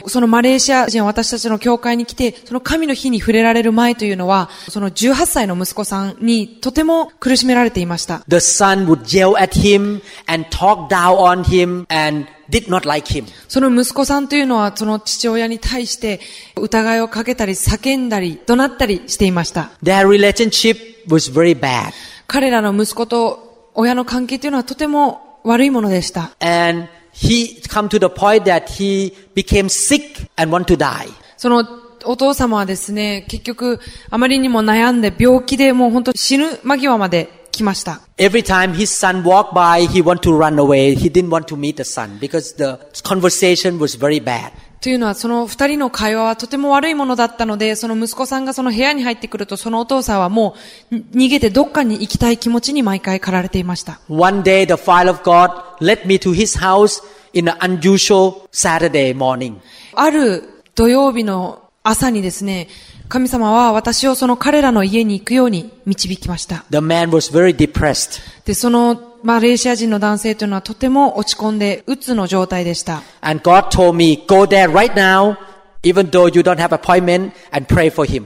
Speaker 4: そのマレーシア人は私たちの教会に来て、その神の火に触れられる前というのは、その18歳の息子さんにとても苦しめられていました。
Speaker 3: The son would yell at him and talk down on him and did not like him.
Speaker 4: その息子さんというのは、その父親に対して疑いをかけたり、叫んだり、怒鳴ったりしていました。
Speaker 3: Their relationship was very bad.
Speaker 4: 彼らの息子と親の関係というのはとても悪いものでした。
Speaker 3: And he come to the point that he became sick and want to die.
Speaker 4: そのお父様はですね、結局、あまりにも悩んで病気でもう本当死ぬ間際まで来ました。
Speaker 3: Every time his son walked by, he want to run away. He didn't want to meet the son because the conversation was very bad.
Speaker 4: というのは、その二人の会話はとても悪いものだったので、その息子さんがその部屋に入ってくると、そのお父さんはもう、に逃げてどっかに行きたい気持ちに毎回駆られていました。
Speaker 3: One day, the fire of God led me to his house in an unusual Saturday morning.
Speaker 4: ある土曜日の朝にですね、神様は私をその彼らの家に行くように導きました。
Speaker 3: The man was very depressed
Speaker 4: で、そのマレーシア人の男性というのはとても落ち込んで、鬱の状態でした。
Speaker 3: and God told me, go there right now, even though you don't have appointment and pray for him.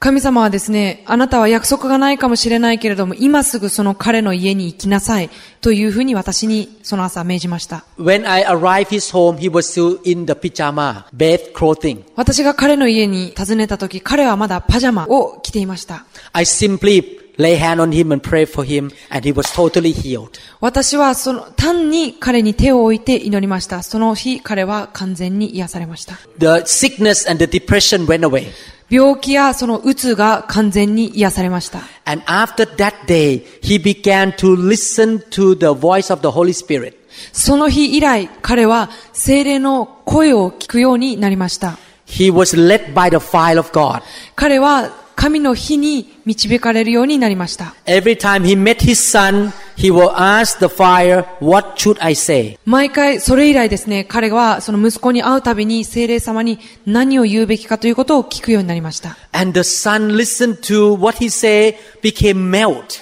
Speaker 4: 神様はですね、あなたは約束がないかもしれないけれども、今すぐその彼の家に行きなさい、というふうに私にその朝命じました。
Speaker 3: When I arrived his home, he was still in the pajama, bed clothing.
Speaker 4: 私が彼の家に訪ねた時、彼はまだパジャマを着ていました。
Speaker 3: I simply lay hand on him and pray for him and he was totally healed.
Speaker 4: 私はその、単に彼に手を置いて祈りました。その日、彼は完全に癒されました。
Speaker 3: The sickness and the depression went away.
Speaker 4: 病気やその鬱が完全に癒されました。
Speaker 3: And after that day, he began to listen to the voice of the Holy Spirit.
Speaker 4: その日以来、彼は精霊の声を聞くようになりました。
Speaker 3: He was led by the fire of God.
Speaker 4: 彼は神の火に導かれるようになりました。
Speaker 3: Every time he met his son, he will ask the fire, what should I say?
Speaker 4: 毎回、それ以来ですね、彼はその息子に会うたびに精霊様に何を言うべきかということを聞くようになりました。
Speaker 3: And the son listened to what he said, became melt.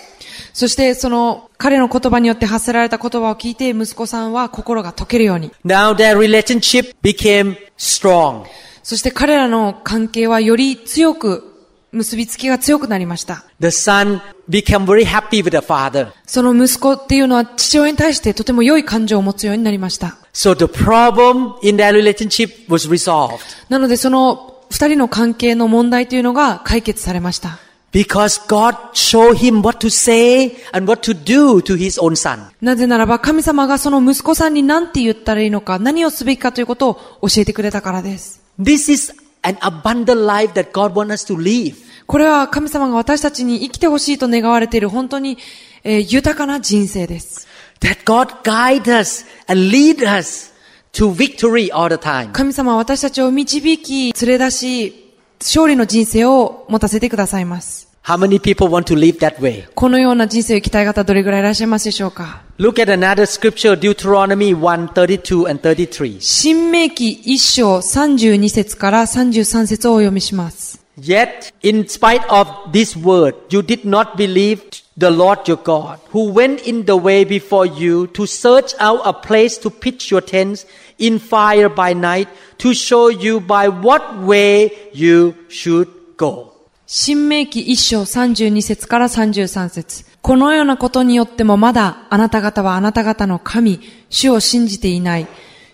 Speaker 4: そしてその彼の言葉によって発せられた言葉を聞いて息子さんは心が溶けるように。
Speaker 3: Now their relationship became strong.
Speaker 4: そして彼らの関係はより強く、結びつきが強くなりました。
Speaker 3: The son became very happy with the father.
Speaker 4: その息子っていうのは父親に対してとても良い感情を持つようになりました。
Speaker 3: So the problem in their relationship was resolved
Speaker 4: なのでその二人の関係の問題というのが解決されました。
Speaker 3: because God showed him what to say and what to do to his own son.
Speaker 4: なぜならば神様がその息子さんに何て言ったらいいのか、何をすべきかということを教えてくれたからです。
Speaker 3: This is an abundant life that God wants us to live.
Speaker 4: これは神様が私たちに生きてほしいと願われている本当に、えー豊かな人生です。
Speaker 3: That God guide us and lead us to victory all the time.
Speaker 4: 神様は私たちを導き、連れ出し、勝利の人生を持たせてくださいます。
Speaker 3: How many people want to live that way?
Speaker 4: このような人生を生きたい方どれぐらいいらっしゃいますでしょうか
Speaker 3: Look at another scripture, Deuteronomy 1, 32 and 33.
Speaker 4: 新明記一章32節から33節をお読みします。
Speaker 3: Yet, in spite of this word, you did not believe the Lord your God, who went in the way before you to search out a place to pitch your tents in fire by night, to show you by what way you should go.
Speaker 4: 新明記一章32節から33節このようなことによってもまだあなた方はあなた方の神、主を信じていない。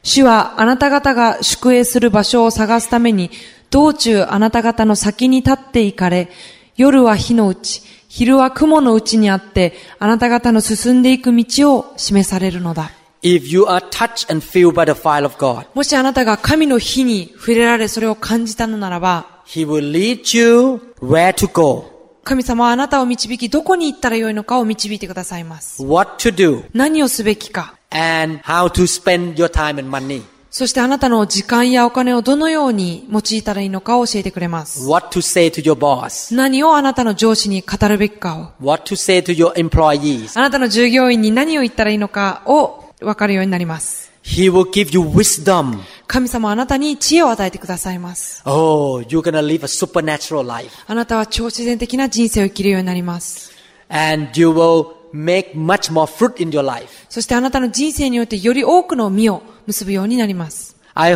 Speaker 4: 主はあなた方が宿営する場所を探すために、道中あなた方の先に立って行かれ、夜は火のうち、昼は雲のうちにあって、あなた方の進んでいく道を示されるのだ。
Speaker 3: If you are touched and filled by the fire of God,
Speaker 4: もしあなたが神の火に触れられそれを感じたのならば、
Speaker 3: He will lead you where to go,
Speaker 4: 神様はあなたを導き、どこに行ったらよいのかを導いてくださいます。
Speaker 3: what to do,
Speaker 4: 何をすべきか、
Speaker 3: and how to spend your time and money,
Speaker 4: そしてあなたの時間やお金をどのように用いたらいいのかを教えてくれます。
Speaker 3: what to say to your boss,
Speaker 4: 何をあなたの上司に語るべきかを、
Speaker 3: what to say to your employees.
Speaker 4: あなたの従業員に何を言ったらいいのかを分かるようになります。
Speaker 3: He will give you wisdom.
Speaker 4: 神様はあなたに知恵を与えてくださいます。
Speaker 3: Oh, you're gonna live a supernatural life,
Speaker 4: あなたは超自然的な人生を生きるようになります。
Speaker 3: and you will make much more fruit in your life.
Speaker 4: そしてあなたの人生においてより多くの実を結ぶようになります。
Speaker 3: I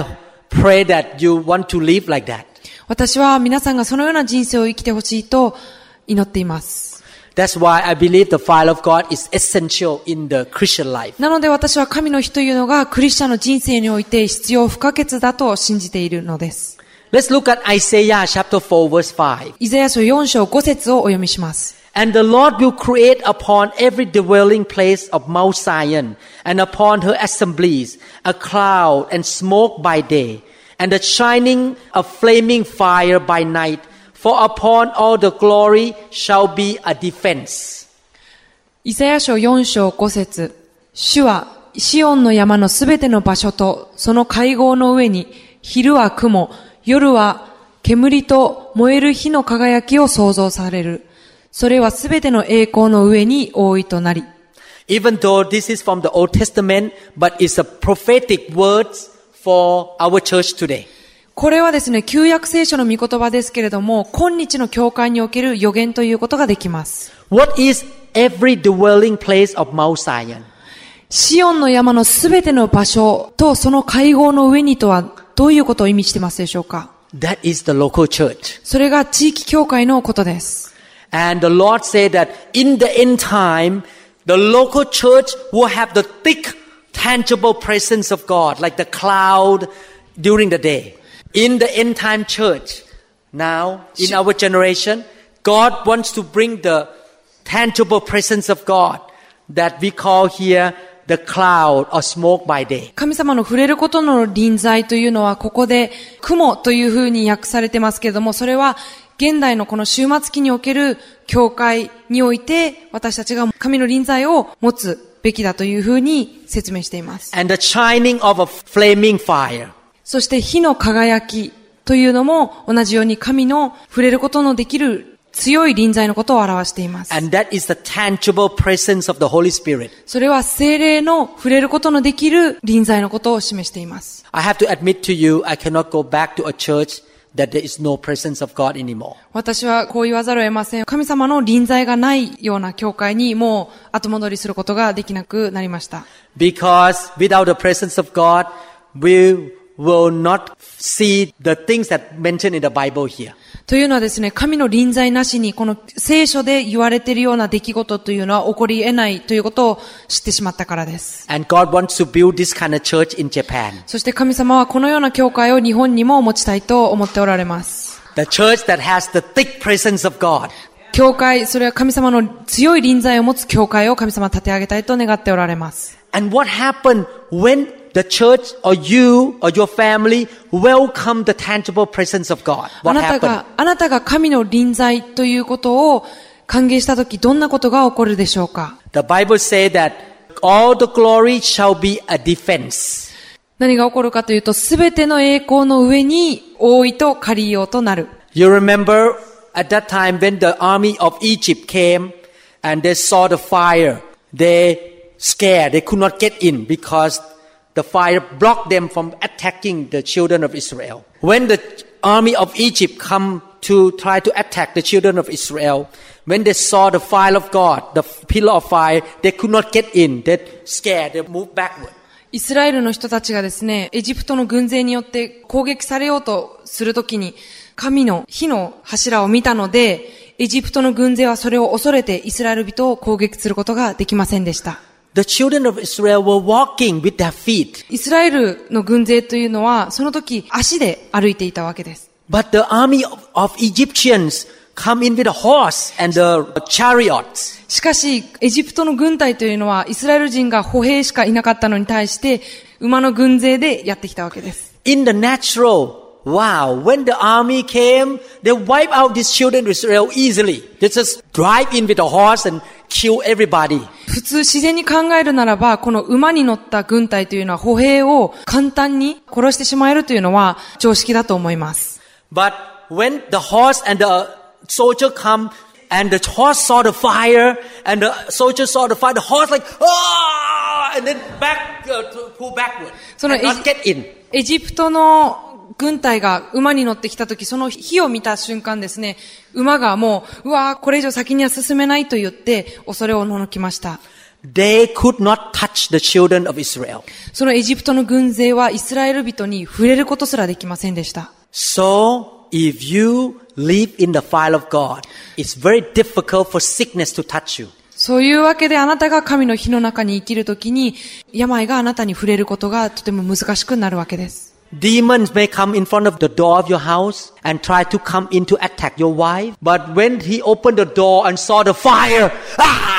Speaker 3: pray that you want to live like that.
Speaker 4: 私は皆さんがそのような人生を生きてほしいと祈っています。
Speaker 3: That's why I believe the fire of God is essential in the Christian life.
Speaker 4: なので私は神の日というのがクリスチャンの人生において必要不可欠だと信じているのです。
Speaker 3: Let's look at Isaiah chapter 4 verse 5.
Speaker 4: イザヤ書4章5節をお読みします。
Speaker 3: And the Lord will create upon every dwelling place of Mount Zion and upon her assemblies a cloud and smoke by day and the shining of flaming fire by night. For upon all the glory shall be a defense.
Speaker 4: イザヤ書4章5節主はシオンの山のすべての場所とその会合の上に昼は雲、夜は煙と燃える火の輝きを創造される。それはすべての栄光の上に覆いとなり。
Speaker 3: Even though this is from the Old Testament, but it's a prophetic words for our church today.
Speaker 4: これはですね、旧約聖書の御言葉ですけれども、今日の教会における予言ということができます。
Speaker 3: What is every dwelling place of Mount Zion?
Speaker 4: シオンの山のすべての場所とその会合の上にとはどういうことを意味してますでしょうか
Speaker 3: That is the local church.
Speaker 4: それが地域教会のことです。
Speaker 3: And the Lord said that in the end time, the local church will have the thick, tangible presence of God, like the cloud during the day. In the end time church, now, in our generation, God wants to bring the tangible presence of God that we call here the cloud or smoke by day.
Speaker 4: 神様の触れることの臨在というのはここで雲というふうに訳されてますけれども、それは現代のこの終末期における教会において私たちが神の臨在を持つべきだというふうに説明しています。
Speaker 3: And the shining of a flaming fire.
Speaker 4: そして火の輝きというのも同じように神の触れることのできる強い臨在のことを表しています。
Speaker 3: And that is the tangible presence of the Holy Spirit.
Speaker 4: それは精霊の触れることのできる臨在のことを示しています。
Speaker 3: I have to admit to you, I cannot go back to a church that there is no presence of God anymore.
Speaker 4: 私はこう言わざるを得ません。神様の臨在がないような教会にもう後戻りすることができなくなりました。
Speaker 3: Because without the presence of God, we will not see the things that mentioned in the Bible here.
Speaker 4: というのはですね、神の臨在なしにこの聖書で言われているような出来事というのは起こり得ないということを知ってしまったからです。
Speaker 3: And God wants to build this kind of church in Japan.
Speaker 4: そして神様はこのような教会を日本にも持ちたいと思っておられます。
Speaker 3: The church that has the thick presence of God.
Speaker 4: 教会、それは神様の強い臨在を持つ教会を神様は立て上げたいと願っておられます。
Speaker 3: And what happened when the church or you or your family welcome the tangible presence of God?
Speaker 4: あ
Speaker 3: What
Speaker 4: なた
Speaker 3: happened?
Speaker 4: が、あなたが神の臨在ということを歓迎したとき、どんなことが起こるでしょうか
Speaker 3: The Bible says that all the glory shall be a defense.
Speaker 4: 何が起こるかというと、すべての栄光の上に、王位と借りようとなる。
Speaker 3: You remember at that time when the army of Egypt came and they saw the fire, they scared, they could not get in because the fire blocked them from attacking the children of Israel. When the army of Egypt come to try to attack the children of Israel, when they saw the fire of God, the pillar of fire, they could not get in. They scared, they moved backward.
Speaker 4: イスラエルの人たちがですね、エジプトの軍勢によって攻撃されようとするときに、神の火の柱を見たので、エジプトの軍勢はそれを恐れてイスラエル人を攻撃することができませんでした。
Speaker 3: The children of Israel were walking with their feet,
Speaker 4: イスラエルの軍勢というのは、その時足で歩いていたわけです。
Speaker 3: but the army of, of Egyptians come in with a horse and the chariots.
Speaker 4: しかし、エジプトの軍隊というのは、イスラエル人が歩兵しかいなかったのに対して、馬の軍勢でやってきたわけです。
Speaker 3: In the natural, wow, when the army came, they wipe out these children of Israel easily. They just drive in with a horse and kill everybody.
Speaker 4: 普通自然に考えるならば、この馬に乗った軍隊というのは歩兵を簡単に殺してしまえるというのは常識だと思います。
Speaker 3: But when the horse and the soldier come, and the horse saw the fire, and the soldier saw the fire, the horse like ah, and then back uh, to pull backward, so
Speaker 4: So no,
Speaker 3: and
Speaker 4: is-
Speaker 3: not get in.
Speaker 4: エジプトの軍隊が馬に乗ってきた時、その火を見た瞬間ですね、馬がもう、うわーこれ以上先には進めないと言って、恐れをののきました。
Speaker 3: They could not touch the children of Israel.
Speaker 4: そのエジプトの軍勢はイスラエル人に触れることすらできませんでした。
Speaker 3: So if you live in the file of God, it's very difficult for sickness to touch you.
Speaker 4: そういうわけであなたが神の火の中に生きるときに、病があなたに触れることがとても難しくなるわけです。
Speaker 3: Demons may come in front of the door of your house and try to come in to attack your wife. But when he opened the door and saw the fire, ah!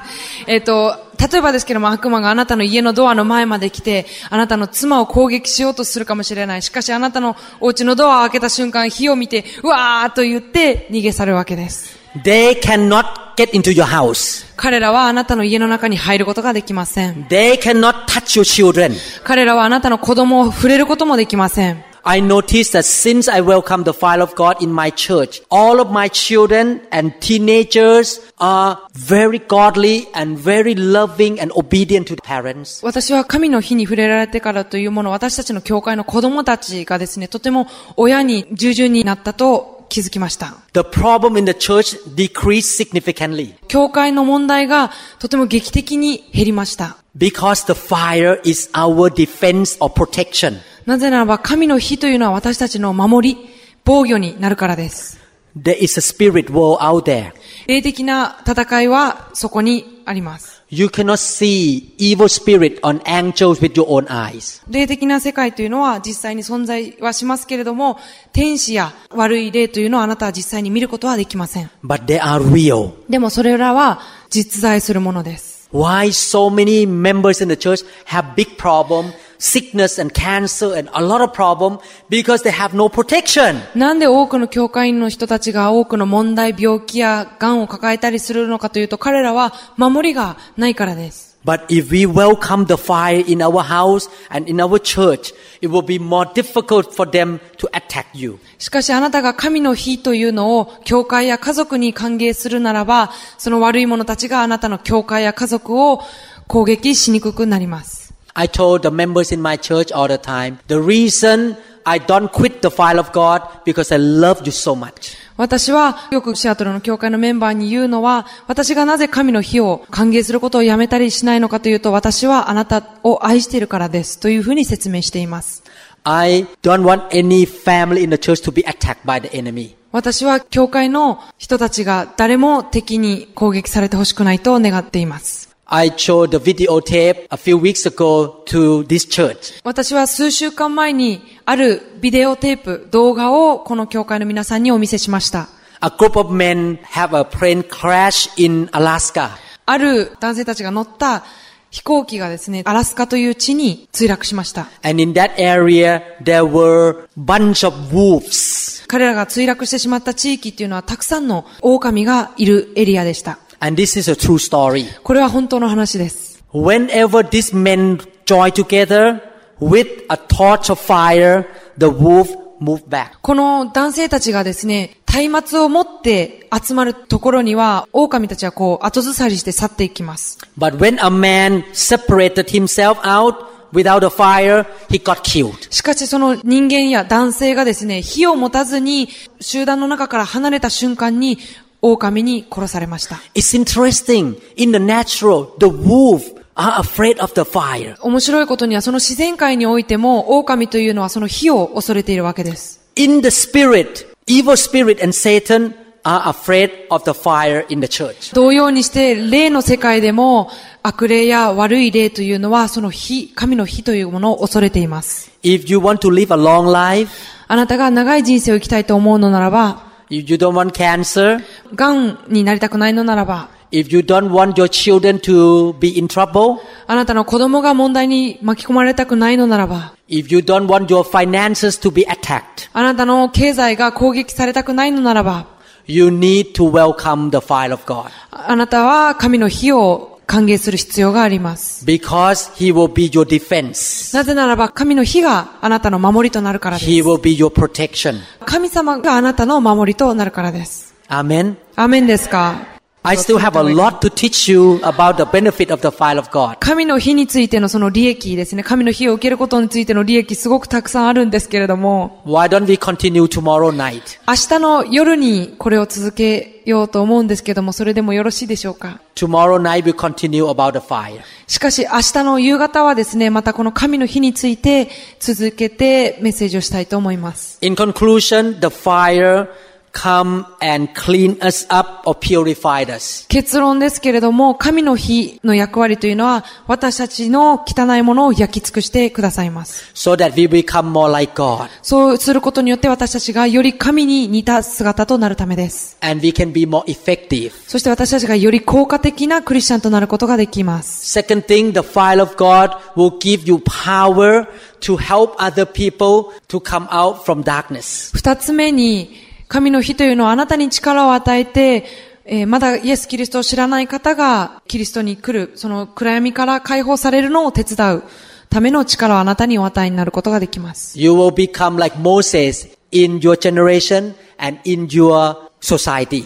Speaker 3: *laughs*
Speaker 4: えっ、と、例えばですけども悪魔があなたの家のドアの前まで来て、あなたの妻を攻撃しようとするかもしれない。しかしあなたのお家のドアを開けた瞬間、火を見て、うわーと言って逃げ去るわけです。
Speaker 3: They cannot get into your house.
Speaker 4: 彼らはあなたの家の中に入ることができません。
Speaker 3: They cannot touch your children.
Speaker 4: 彼らはあなたの子供を触れることもできません。
Speaker 3: I noticed that since I welcomed the file of God in my church, all of my children and teenagers are very godly and very loving and obedient to parents.
Speaker 4: 私は神の火に触れられてからというもの、私たちの教会の子供たちがですね、とても親に従順になったと気づきました。
Speaker 3: The problem in the church decreased significantly
Speaker 4: 教会の問題がとても劇的に減りました。
Speaker 3: because the fire is our defense or protection.
Speaker 4: なぜならば神の火というのは私たちの守り、防御になるからです。
Speaker 3: There is a spirit world out there.
Speaker 4: 霊的な戦いはそこにあります。
Speaker 3: You cannot see evil spirit on angels with your own eyes.
Speaker 4: 霊的な世界というのは実際に存在はしますけれども、天使や悪い霊というのはあなたは実際に見ることはできません。
Speaker 3: but they are real.
Speaker 4: でもそれらは実在するものです。
Speaker 3: Why so many members in the church have big problem, sickness and cancer and a lot of problem because they have no protection.
Speaker 4: なんで多くの教会員の人たちが多くの問題、病気や癌を抱えたりするのかというと、彼らは守りがないからです。
Speaker 3: But if we welcome the fire in our house and in our church, it will be more difficult for them to attack you.
Speaker 4: しかしあなたが神の日というのを教会や家族に歓迎するならば、その悪い者たちがあなたの教会や家族を攻撃しにくくなります。
Speaker 3: I told the members in my church all the time, the reason I don't quit the fire of God because I love you so much.
Speaker 4: 私はよくシアトルの教会のメンバーに言うのは、私がなぜ神の日を歓迎することをやめたりしないのかというと、私はあなたを愛しているからですというふうに説明しています。
Speaker 3: I don't want any family in the church to be attacked by the enemy.
Speaker 4: 私は教会の人たちが誰も敵に攻撃されてほしくないと願っています。
Speaker 3: I showed the videotape a few weeks ago to this church.
Speaker 4: 私は数週間前にあるビデオテープ、動画をこの教会の皆さんにお見せしました。
Speaker 3: A group of men have a plane crash in Alaska.
Speaker 4: ある男性たちが乗った飛行機がですね、アラスカという地に墜落しました。
Speaker 3: And in that area, there were bunch of wolves.
Speaker 4: 彼らが墜落してしまった地域っていうのはたくさんの狼がいるエリアでした。
Speaker 3: And this is a true story.
Speaker 4: これは本当の話です。
Speaker 3: Whenever these men joined together with a torch of fire, the wolf moved back.
Speaker 4: この男性たちがですね、松明を持って集まるところには、狼たちはこう後ずさりして去っていきます。
Speaker 3: But when a man separated himself out without a fire, he got killed.
Speaker 4: しかしその人間や男性がですね、火を持たずに集団の中から離れた瞬間に、狼に殺されました。
Speaker 3: It's interesting. In the natural, the wolf are afraid of the fire.
Speaker 4: 面白いことにはその自然界においても、狼というのはその火を恐れているわけです。
Speaker 3: in the spirit, evil spirit and Satan are afraid of the fire in the church.
Speaker 4: 同様にして、霊の世界でも、悪霊や悪い霊というのは、その火、神の火というものを恐れています。
Speaker 3: If you want to live a long life,
Speaker 4: あなたが長い人生を生きたいと思うのならば、
Speaker 3: if you don't want cancer,
Speaker 4: 癌になりたくないのならば、
Speaker 3: if you don't want your children to be in trouble,
Speaker 4: あなたの子供が問題に巻き込まれたくないのならば、
Speaker 3: if you don't want your finances to be attacked,
Speaker 4: あなたの経済が攻撃されたくないのならば、
Speaker 3: you need to welcome the fire of God
Speaker 4: あなたは神の火を歓迎する必要があります。
Speaker 3: because he will be your defense.
Speaker 4: なぜならば神の火があなたの守りとなるからで
Speaker 3: He
Speaker 4: す。
Speaker 3: will be your protection.
Speaker 4: 神様があなたの守りとなるからです。
Speaker 3: Amen.
Speaker 4: アーメンですか
Speaker 3: I still have a lot to teach you about the benefit of the fire of God.
Speaker 4: 神の火についてのその利益ですね。神の火を受けることについての利益すごくたくさんあるんですけれども、
Speaker 3: Why don't we continue tomorrow night?
Speaker 4: 明日の夜にこれを続けようと思うんですけども、それでもよろしいでしょうか
Speaker 3: Tomorrow night we'll continue about the fire.
Speaker 4: しかし明日の夕方はですね、またこの神の日について続けてメッセージをしたいと思います。
Speaker 3: In conclusion, the fire come and clean us up or purified us.
Speaker 4: 結論ですけれども、神の日の役割というのは、私たちの汚いものを焼き尽くしてくださいます。
Speaker 3: So that we become more like God
Speaker 4: そうすることによって私たちがより神に似た姿となるためです。
Speaker 3: and we can be more effective.
Speaker 4: そして私たちがより効果的なクリスチャンとなることができます。
Speaker 3: Second thing, the fire of God will give you power to help other people to come out from darkness.
Speaker 4: 二つ目に、神の日というのはあなたに力を与えて、えーまだイエス・キリストを知らない方がキリストに来る、その暗闇から解放されるのを手伝うための力をあなたにお与えになることができます。
Speaker 3: You will become like Moses in your generation and in your society.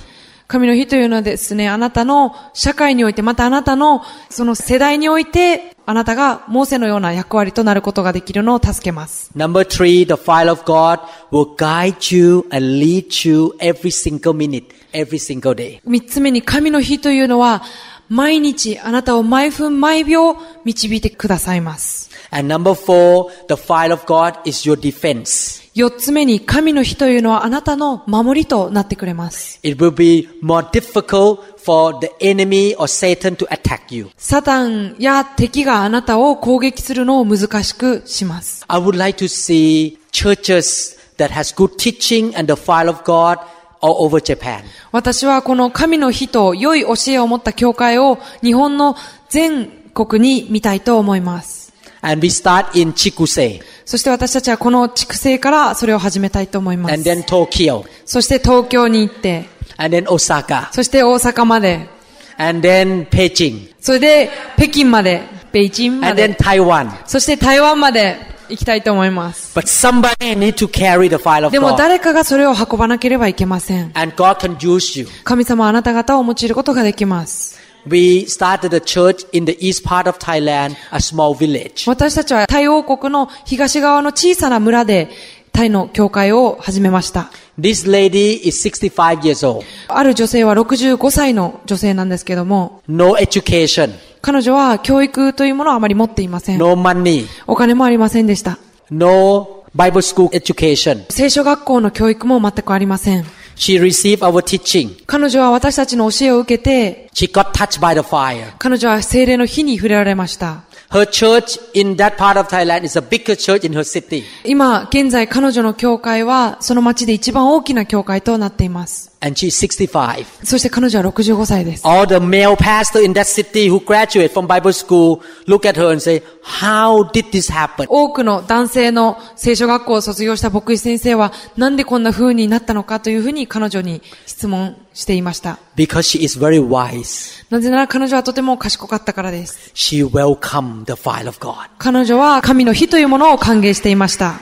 Speaker 4: 神の日というのはですね、あなたの社会において、またあなたのその世代において、あなたがモーセのような役割となることができるのを助けます。
Speaker 3: Number three, the fire of God will guide you and lead you every single minute, every single day.
Speaker 4: 三つ目に神の日というのは、毎日あなたを毎分毎秒導いてくださいます。
Speaker 3: And number four, the fire of God is your defense.
Speaker 4: 四つ目に神の日というのはあなたの守りとなってくれます。
Speaker 3: It will be more difficult for the enemy or Satan to attack you.
Speaker 4: サタンや敵があなたを攻撃するのを難しくします。
Speaker 3: I would like to see churches that has good teaching and the fire of God all over Japan.
Speaker 4: 私はこの神の日と良い教えを持った教会を日本の全国に見たいと思います。
Speaker 3: And we start in Chikuse
Speaker 4: そして私たちはこの畜生からそれを始めたいと思いま
Speaker 3: and then
Speaker 4: す。
Speaker 3: Tokyo
Speaker 4: そして東京に行って、
Speaker 3: and then Osaka
Speaker 4: そして大阪まで、
Speaker 3: and then Beijing
Speaker 4: それで北京まで、北京ま
Speaker 3: and then
Speaker 4: で、
Speaker 3: Taiwan.
Speaker 4: そして台湾まで行きたいと思います。
Speaker 3: But somebody need to carry the file of
Speaker 4: でも
Speaker 3: God.
Speaker 4: 誰かがそれを運ばなければいけません。
Speaker 3: And God can use you.
Speaker 4: 神様はあなた方を用いることができます。
Speaker 3: We started a church in the east part of Thailand, a small village.
Speaker 4: 私たちはタイ王国の東側の小さな村でタイの教会を始めました。
Speaker 3: This lady is 65 years old.
Speaker 4: ある女性は65歳の女性なんですけども、
Speaker 3: No education,
Speaker 4: 彼女は教育というものをあまり持っていません。
Speaker 3: no money,
Speaker 4: お金もありませんでした。
Speaker 3: no Bible school education.
Speaker 4: 聖書学校の教育も全くありません。
Speaker 3: She received our teaching.
Speaker 4: 彼女は私たちの教えを受けて、
Speaker 3: She got touched by the fire.
Speaker 4: 彼女は精霊の火に触れられました。
Speaker 3: Her church in that part of Thailand is a bigger church in her city.
Speaker 4: 今、現在彼女の教会は、その町で一番大きな教会となっています。
Speaker 3: And she's 65.
Speaker 4: そして彼女は65歳です。
Speaker 3: All the male pastor in that city who graduate from Bible school look at her and say, how did this happen?
Speaker 4: 多くの男性の聖書学校を卒業した牧師先生は、なんでこんな風になったのかというふうに彼女に質問していました。
Speaker 3: Because she is very wise,
Speaker 4: なぜなら彼女はとても賢かったからです。
Speaker 3: she welcomed the fire of God.
Speaker 4: 彼女は神の火というものを歓迎していました。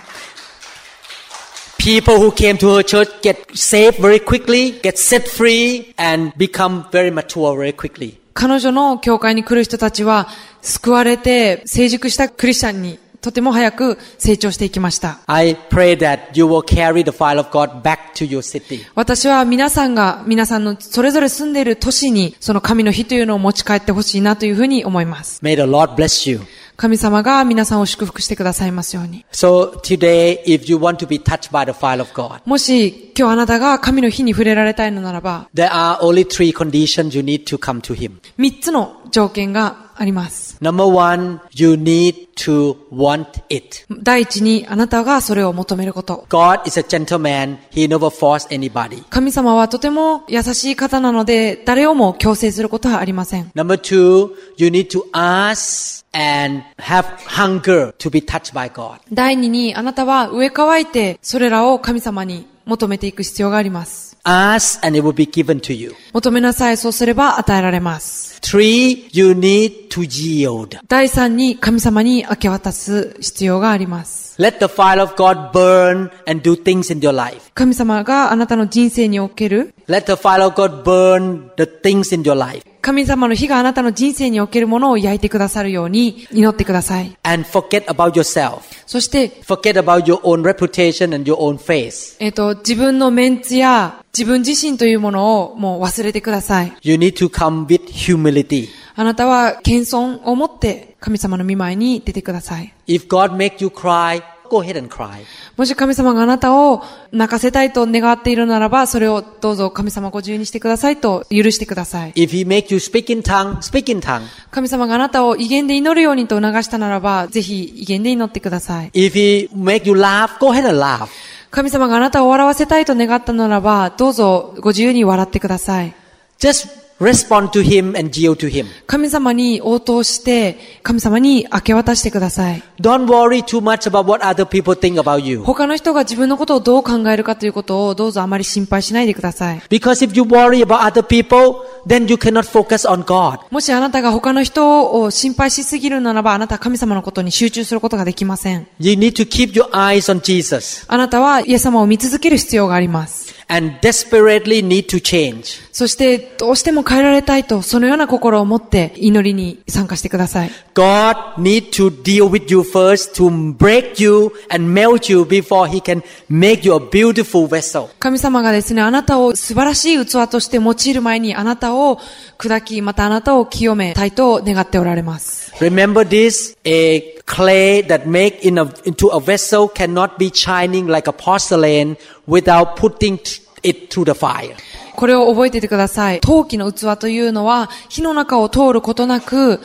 Speaker 3: People who came to her church get saved very quickly, get set free, and become very mature very quickly.
Speaker 4: 彼女の教会に来る人たちは、救われて成熟したクリスチャンにとても早く成長していきました。
Speaker 3: I pray that you will carry the fire of God back to your city.
Speaker 4: 私は皆さんが、皆さんのそれぞれ住んでいる都市に、その神の火というのを持ち帰ってほしいなというふうに思います。
Speaker 3: May the Lord bless you.
Speaker 4: 神様が皆さんを祝福してくださいますように。
Speaker 3: So today, if you want to be touched by the fire of God,
Speaker 4: もし今日あなたが神の火に触れられたいのならば、
Speaker 3: there are only three conditions you need to come to Him.
Speaker 4: 3つの条件があります。
Speaker 3: Number one, you need to want it.
Speaker 4: 第一に、あなたがそれを求めること。
Speaker 3: God is a gentleman. He never forced anybody.
Speaker 4: 神様はとても優しい方なので、誰をも強制することはありません。
Speaker 3: Number two, you need to ask and have hunger to be touched by God.
Speaker 4: 第二に、あなたは植え替えて、それらを神様に求めていく必要があります。
Speaker 3: Ask and it will be given to you.
Speaker 4: 求めなさい、そうすれば与えられます。
Speaker 3: Three, you need to yield.
Speaker 4: 第三に、神様に明け渡す必要があります。
Speaker 3: Let the fire of God burn and do things in your life.
Speaker 4: 神様があなたの人生における、
Speaker 3: Let the fire of God burn the things in your life
Speaker 4: 神様の火があなたの人生におけるものを焼いてくださるように祈ってください。
Speaker 3: and forget about yourself.
Speaker 4: そして、
Speaker 3: Forget about your own reputation and your own face.
Speaker 4: えっ、と、自分のメンツや自分自身というものをもう忘れてください。
Speaker 3: You need to come with humility.
Speaker 4: あなたは謙遜を持って神様の見舞いに出てください。
Speaker 3: If God make you cry, go ahead and cry.
Speaker 4: もし神様があなたを泣かせたいと願っているならば、それをどうぞ神様ご自由にしてくださいと許してください。
Speaker 3: If He make you speak in tongue, speak in tongue.
Speaker 4: 神様があなたを威厳で祈るようにと促したならば、ぜひ威厳で祈ってください。
Speaker 3: If He make you laugh, go ahead and laugh.
Speaker 4: 神様があなたを笑わせたいと願ったならば、どうぞご自由に笑ってください。
Speaker 3: Just respond to Him and yield to Him.
Speaker 4: 神様に応答して、神様に明け渡してください。
Speaker 3: Don't worry too much about what other people think about you.
Speaker 4: 他の人が自分のことをどう考えるかということをどうぞあまり心配しないでください。
Speaker 3: Because if you worry about other people, then you cannot focus on God.
Speaker 4: もしあなたが他の人を心配しすぎるならば、あなたは神様のことに集中することができません。
Speaker 3: You need to keep your eyes on Jesus
Speaker 4: あなたはイエス様を見続ける必要があります。
Speaker 3: and desperately need to change.
Speaker 4: そして、どうしても変えられたいと、そのような心を持って祈りに参加してください。
Speaker 3: God need to deal with you first to break you and melt you before he can make you a beautiful vessel.
Speaker 4: 神様がですね、あなたを素晴らしい器として用いる前に、あなたを砕き、またあなたを清めたいと願っておられます。
Speaker 3: Remember this, a clay that make in a, into a vessel cannot be shining like a porcelain without putting t- it through the fire.
Speaker 4: これを覚えていてください。陶器の器というのは、火の中を通ることなく、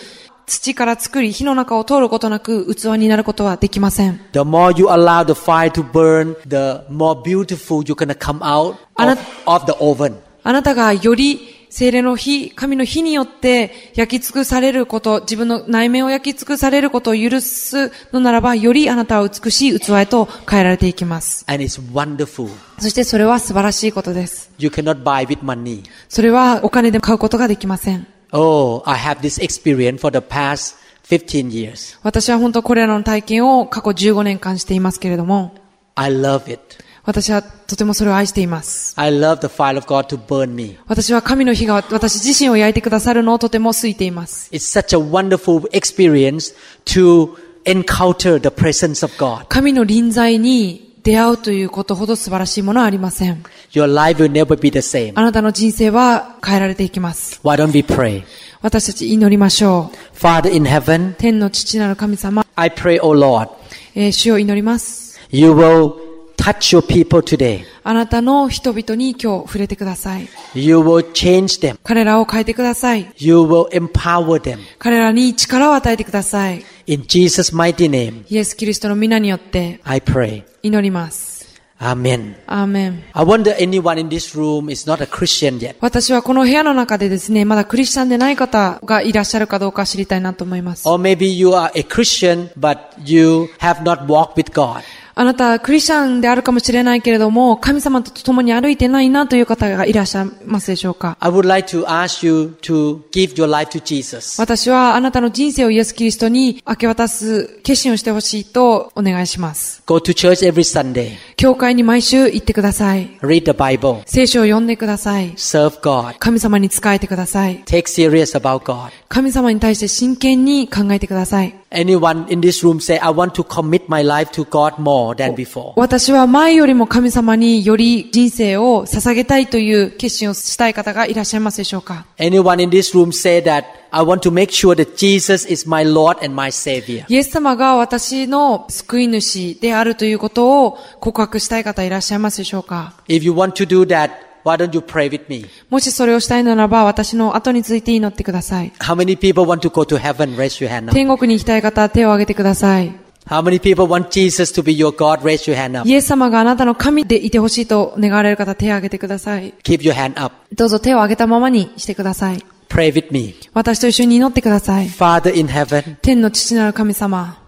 Speaker 4: 土から作り、火の中を通ることなく、器になることはできません。
Speaker 3: The more you allow the fire to burn, the more beautiful you're gonna come out of,
Speaker 4: Anat-
Speaker 3: of the oven.
Speaker 4: あなたがより精霊の火、神の火によって焼き尽くされること、自分の内面を焼き尽くされることを許すのならば、よりあなたは美しい器へと変えられていきます。
Speaker 3: And it's wonderful.
Speaker 4: そしてそれは素晴らしいことです。
Speaker 3: You cannot buy with money.
Speaker 4: それはお金で買うことができません。
Speaker 3: Oh, I have this experience for the past 15 years.
Speaker 4: 私は本当これらの体験を過去15年間していますけれども、
Speaker 3: I love it.
Speaker 4: 私はとてもそれを愛しています。
Speaker 3: I love the fire of God to burn me.
Speaker 4: 私は神の火が私自身を焼いてくださるのをとても好いています。
Speaker 3: It's such a wonderful experience to encounter the presence of God.
Speaker 4: 神の臨在に出会うということほど素晴らしいものはありません。
Speaker 3: Your life will never be the same.
Speaker 4: あなたの人生は変えられていきます。
Speaker 3: Why don't we pray?
Speaker 4: 私たち祈りましょう。
Speaker 3: Father in heaven,
Speaker 4: 天の父なる神様、
Speaker 3: I pray, O Lord,
Speaker 4: えー主を祈ります。
Speaker 3: you will touch your people today.
Speaker 4: あなたの人々に今日触れてください。
Speaker 3: You will change them.
Speaker 4: 彼らを変えてください。
Speaker 3: You will empower them.
Speaker 4: 彼らに力を与えてください。
Speaker 3: In Jesus' mighty name,
Speaker 4: イエス・キリストの皆によって
Speaker 3: I pray.
Speaker 4: 祈ります。
Speaker 3: Amen.
Speaker 4: アーメン。
Speaker 3: I wonder anyone in this room is not a Christian yet.
Speaker 4: 私はこの部屋の中でですね、まだクリスチャンでない方がいらっしゃるかどうか知りたいなと思います。
Speaker 3: Or maybe you are a Christian but you have not walked with God.
Speaker 4: あなた、クリスチャンであるかもしれないけれども、神様と共に歩いてないなという方がいらっしゃいますでしょうか
Speaker 3: I would like to ask you to give your life to Jesus.
Speaker 4: 私はあなたの人生をイエス・キリストに明け渡す決心をしてほしいとお願いします。
Speaker 3: Go to church every Sunday.
Speaker 4: 教会に毎週行ってください。
Speaker 3: Read the Bible.
Speaker 4: 聖書を読んでください。
Speaker 3: Serve God.
Speaker 4: 神様に仕えてください。
Speaker 3: Take serious about God.
Speaker 4: 神様に対して真剣に考えてください。
Speaker 3: anyone in this room say, I want to commit my life to God more than before?
Speaker 4: 私は前よりも神様により人生を捧げたいという決心をしたい方がいらっしゃいますでしょうか
Speaker 3: Anyone in this room say that I want to make sure that Jesus is my Lord and my Savior?
Speaker 4: イエス様が私の救い主であるということを告白したい方いらっしゃいますでしょうか
Speaker 3: If you want to do that, why don't you pray with me?
Speaker 4: もしそれをしたいならば私の後について祈ってください。
Speaker 3: How many people want to go to heaven? Raise your hand up.
Speaker 4: 天国に行きたい方は手を挙げてください。
Speaker 3: How many people want Jesus to be your God? Raise your hand up.
Speaker 4: イエス様があなたの神でいてほしいと願われる方手を挙げてください。
Speaker 3: Keep your hand up.
Speaker 4: どうぞ手を挙げたままにしてください。
Speaker 3: Pray with me.
Speaker 4: 私と一緒に祈ってください。
Speaker 3: Father in heaven,
Speaker 4: 天の父なる神様、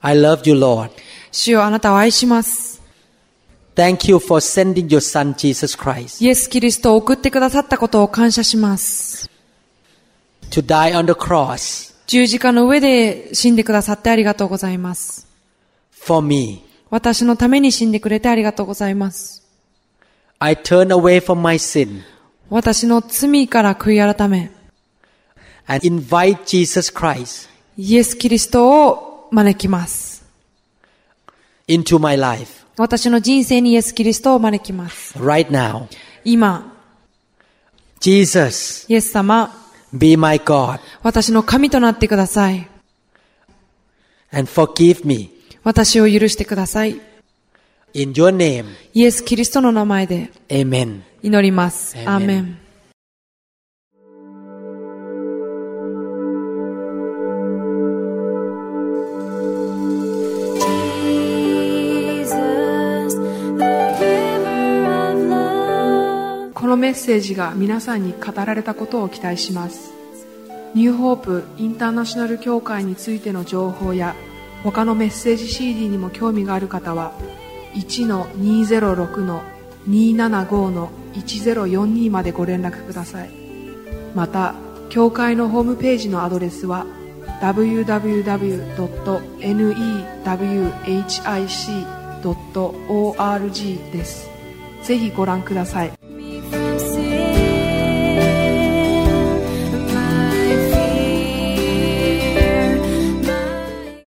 Speaker 3: I love you, Lord.
Speaker 4: 主よあなたを愛します。
Speaker 3: Thank you for sending your son Jesus Christ
Speaker 4: イエス・キリストを送ってくださったことを感謝します。
Speaker 3: to die on the cross
Speaker 4: 十字架の上で死んでくださってありがとうございます。
Speaker 3: for me.
Speaker 4: 私のために死んでくれてありがとうございます。
Speaker 3: I turn away from my sin
Speaker 4: 私の罪から悔い改め、
Speaker 3: and invite Jesus Christ
Speaker 4: イエス・キリストを招きます。
Speaker 3: into my life
Speaker 4: 私の人生にイエス・キリストを招きます。
Speaker 3: right now.
Speaker 4: 今、
Speaker 3: Jesus,
Speaker 4: イエス様、
Speaker 3: be my God
Speaker 4: 私の神となってください。
Speaker 3: and forgive me.
Speaker 4: 私を許してください。
Speaker 3: In your name,
Speaker 4: イエス・キリストの名前で
Speaker 3: amen.
Speaker 4: 祈ります。アーメン。
Speaker 6: このメッセージが皆さんに語られたことを期待しますニューホープインターナショナル協会についての情報や他のメッセージ CD にも興味がある方は1-206-275-1042までご連絡くださいまた教会のホームページのアドレスは www.newhic.org ですぜひご覧ください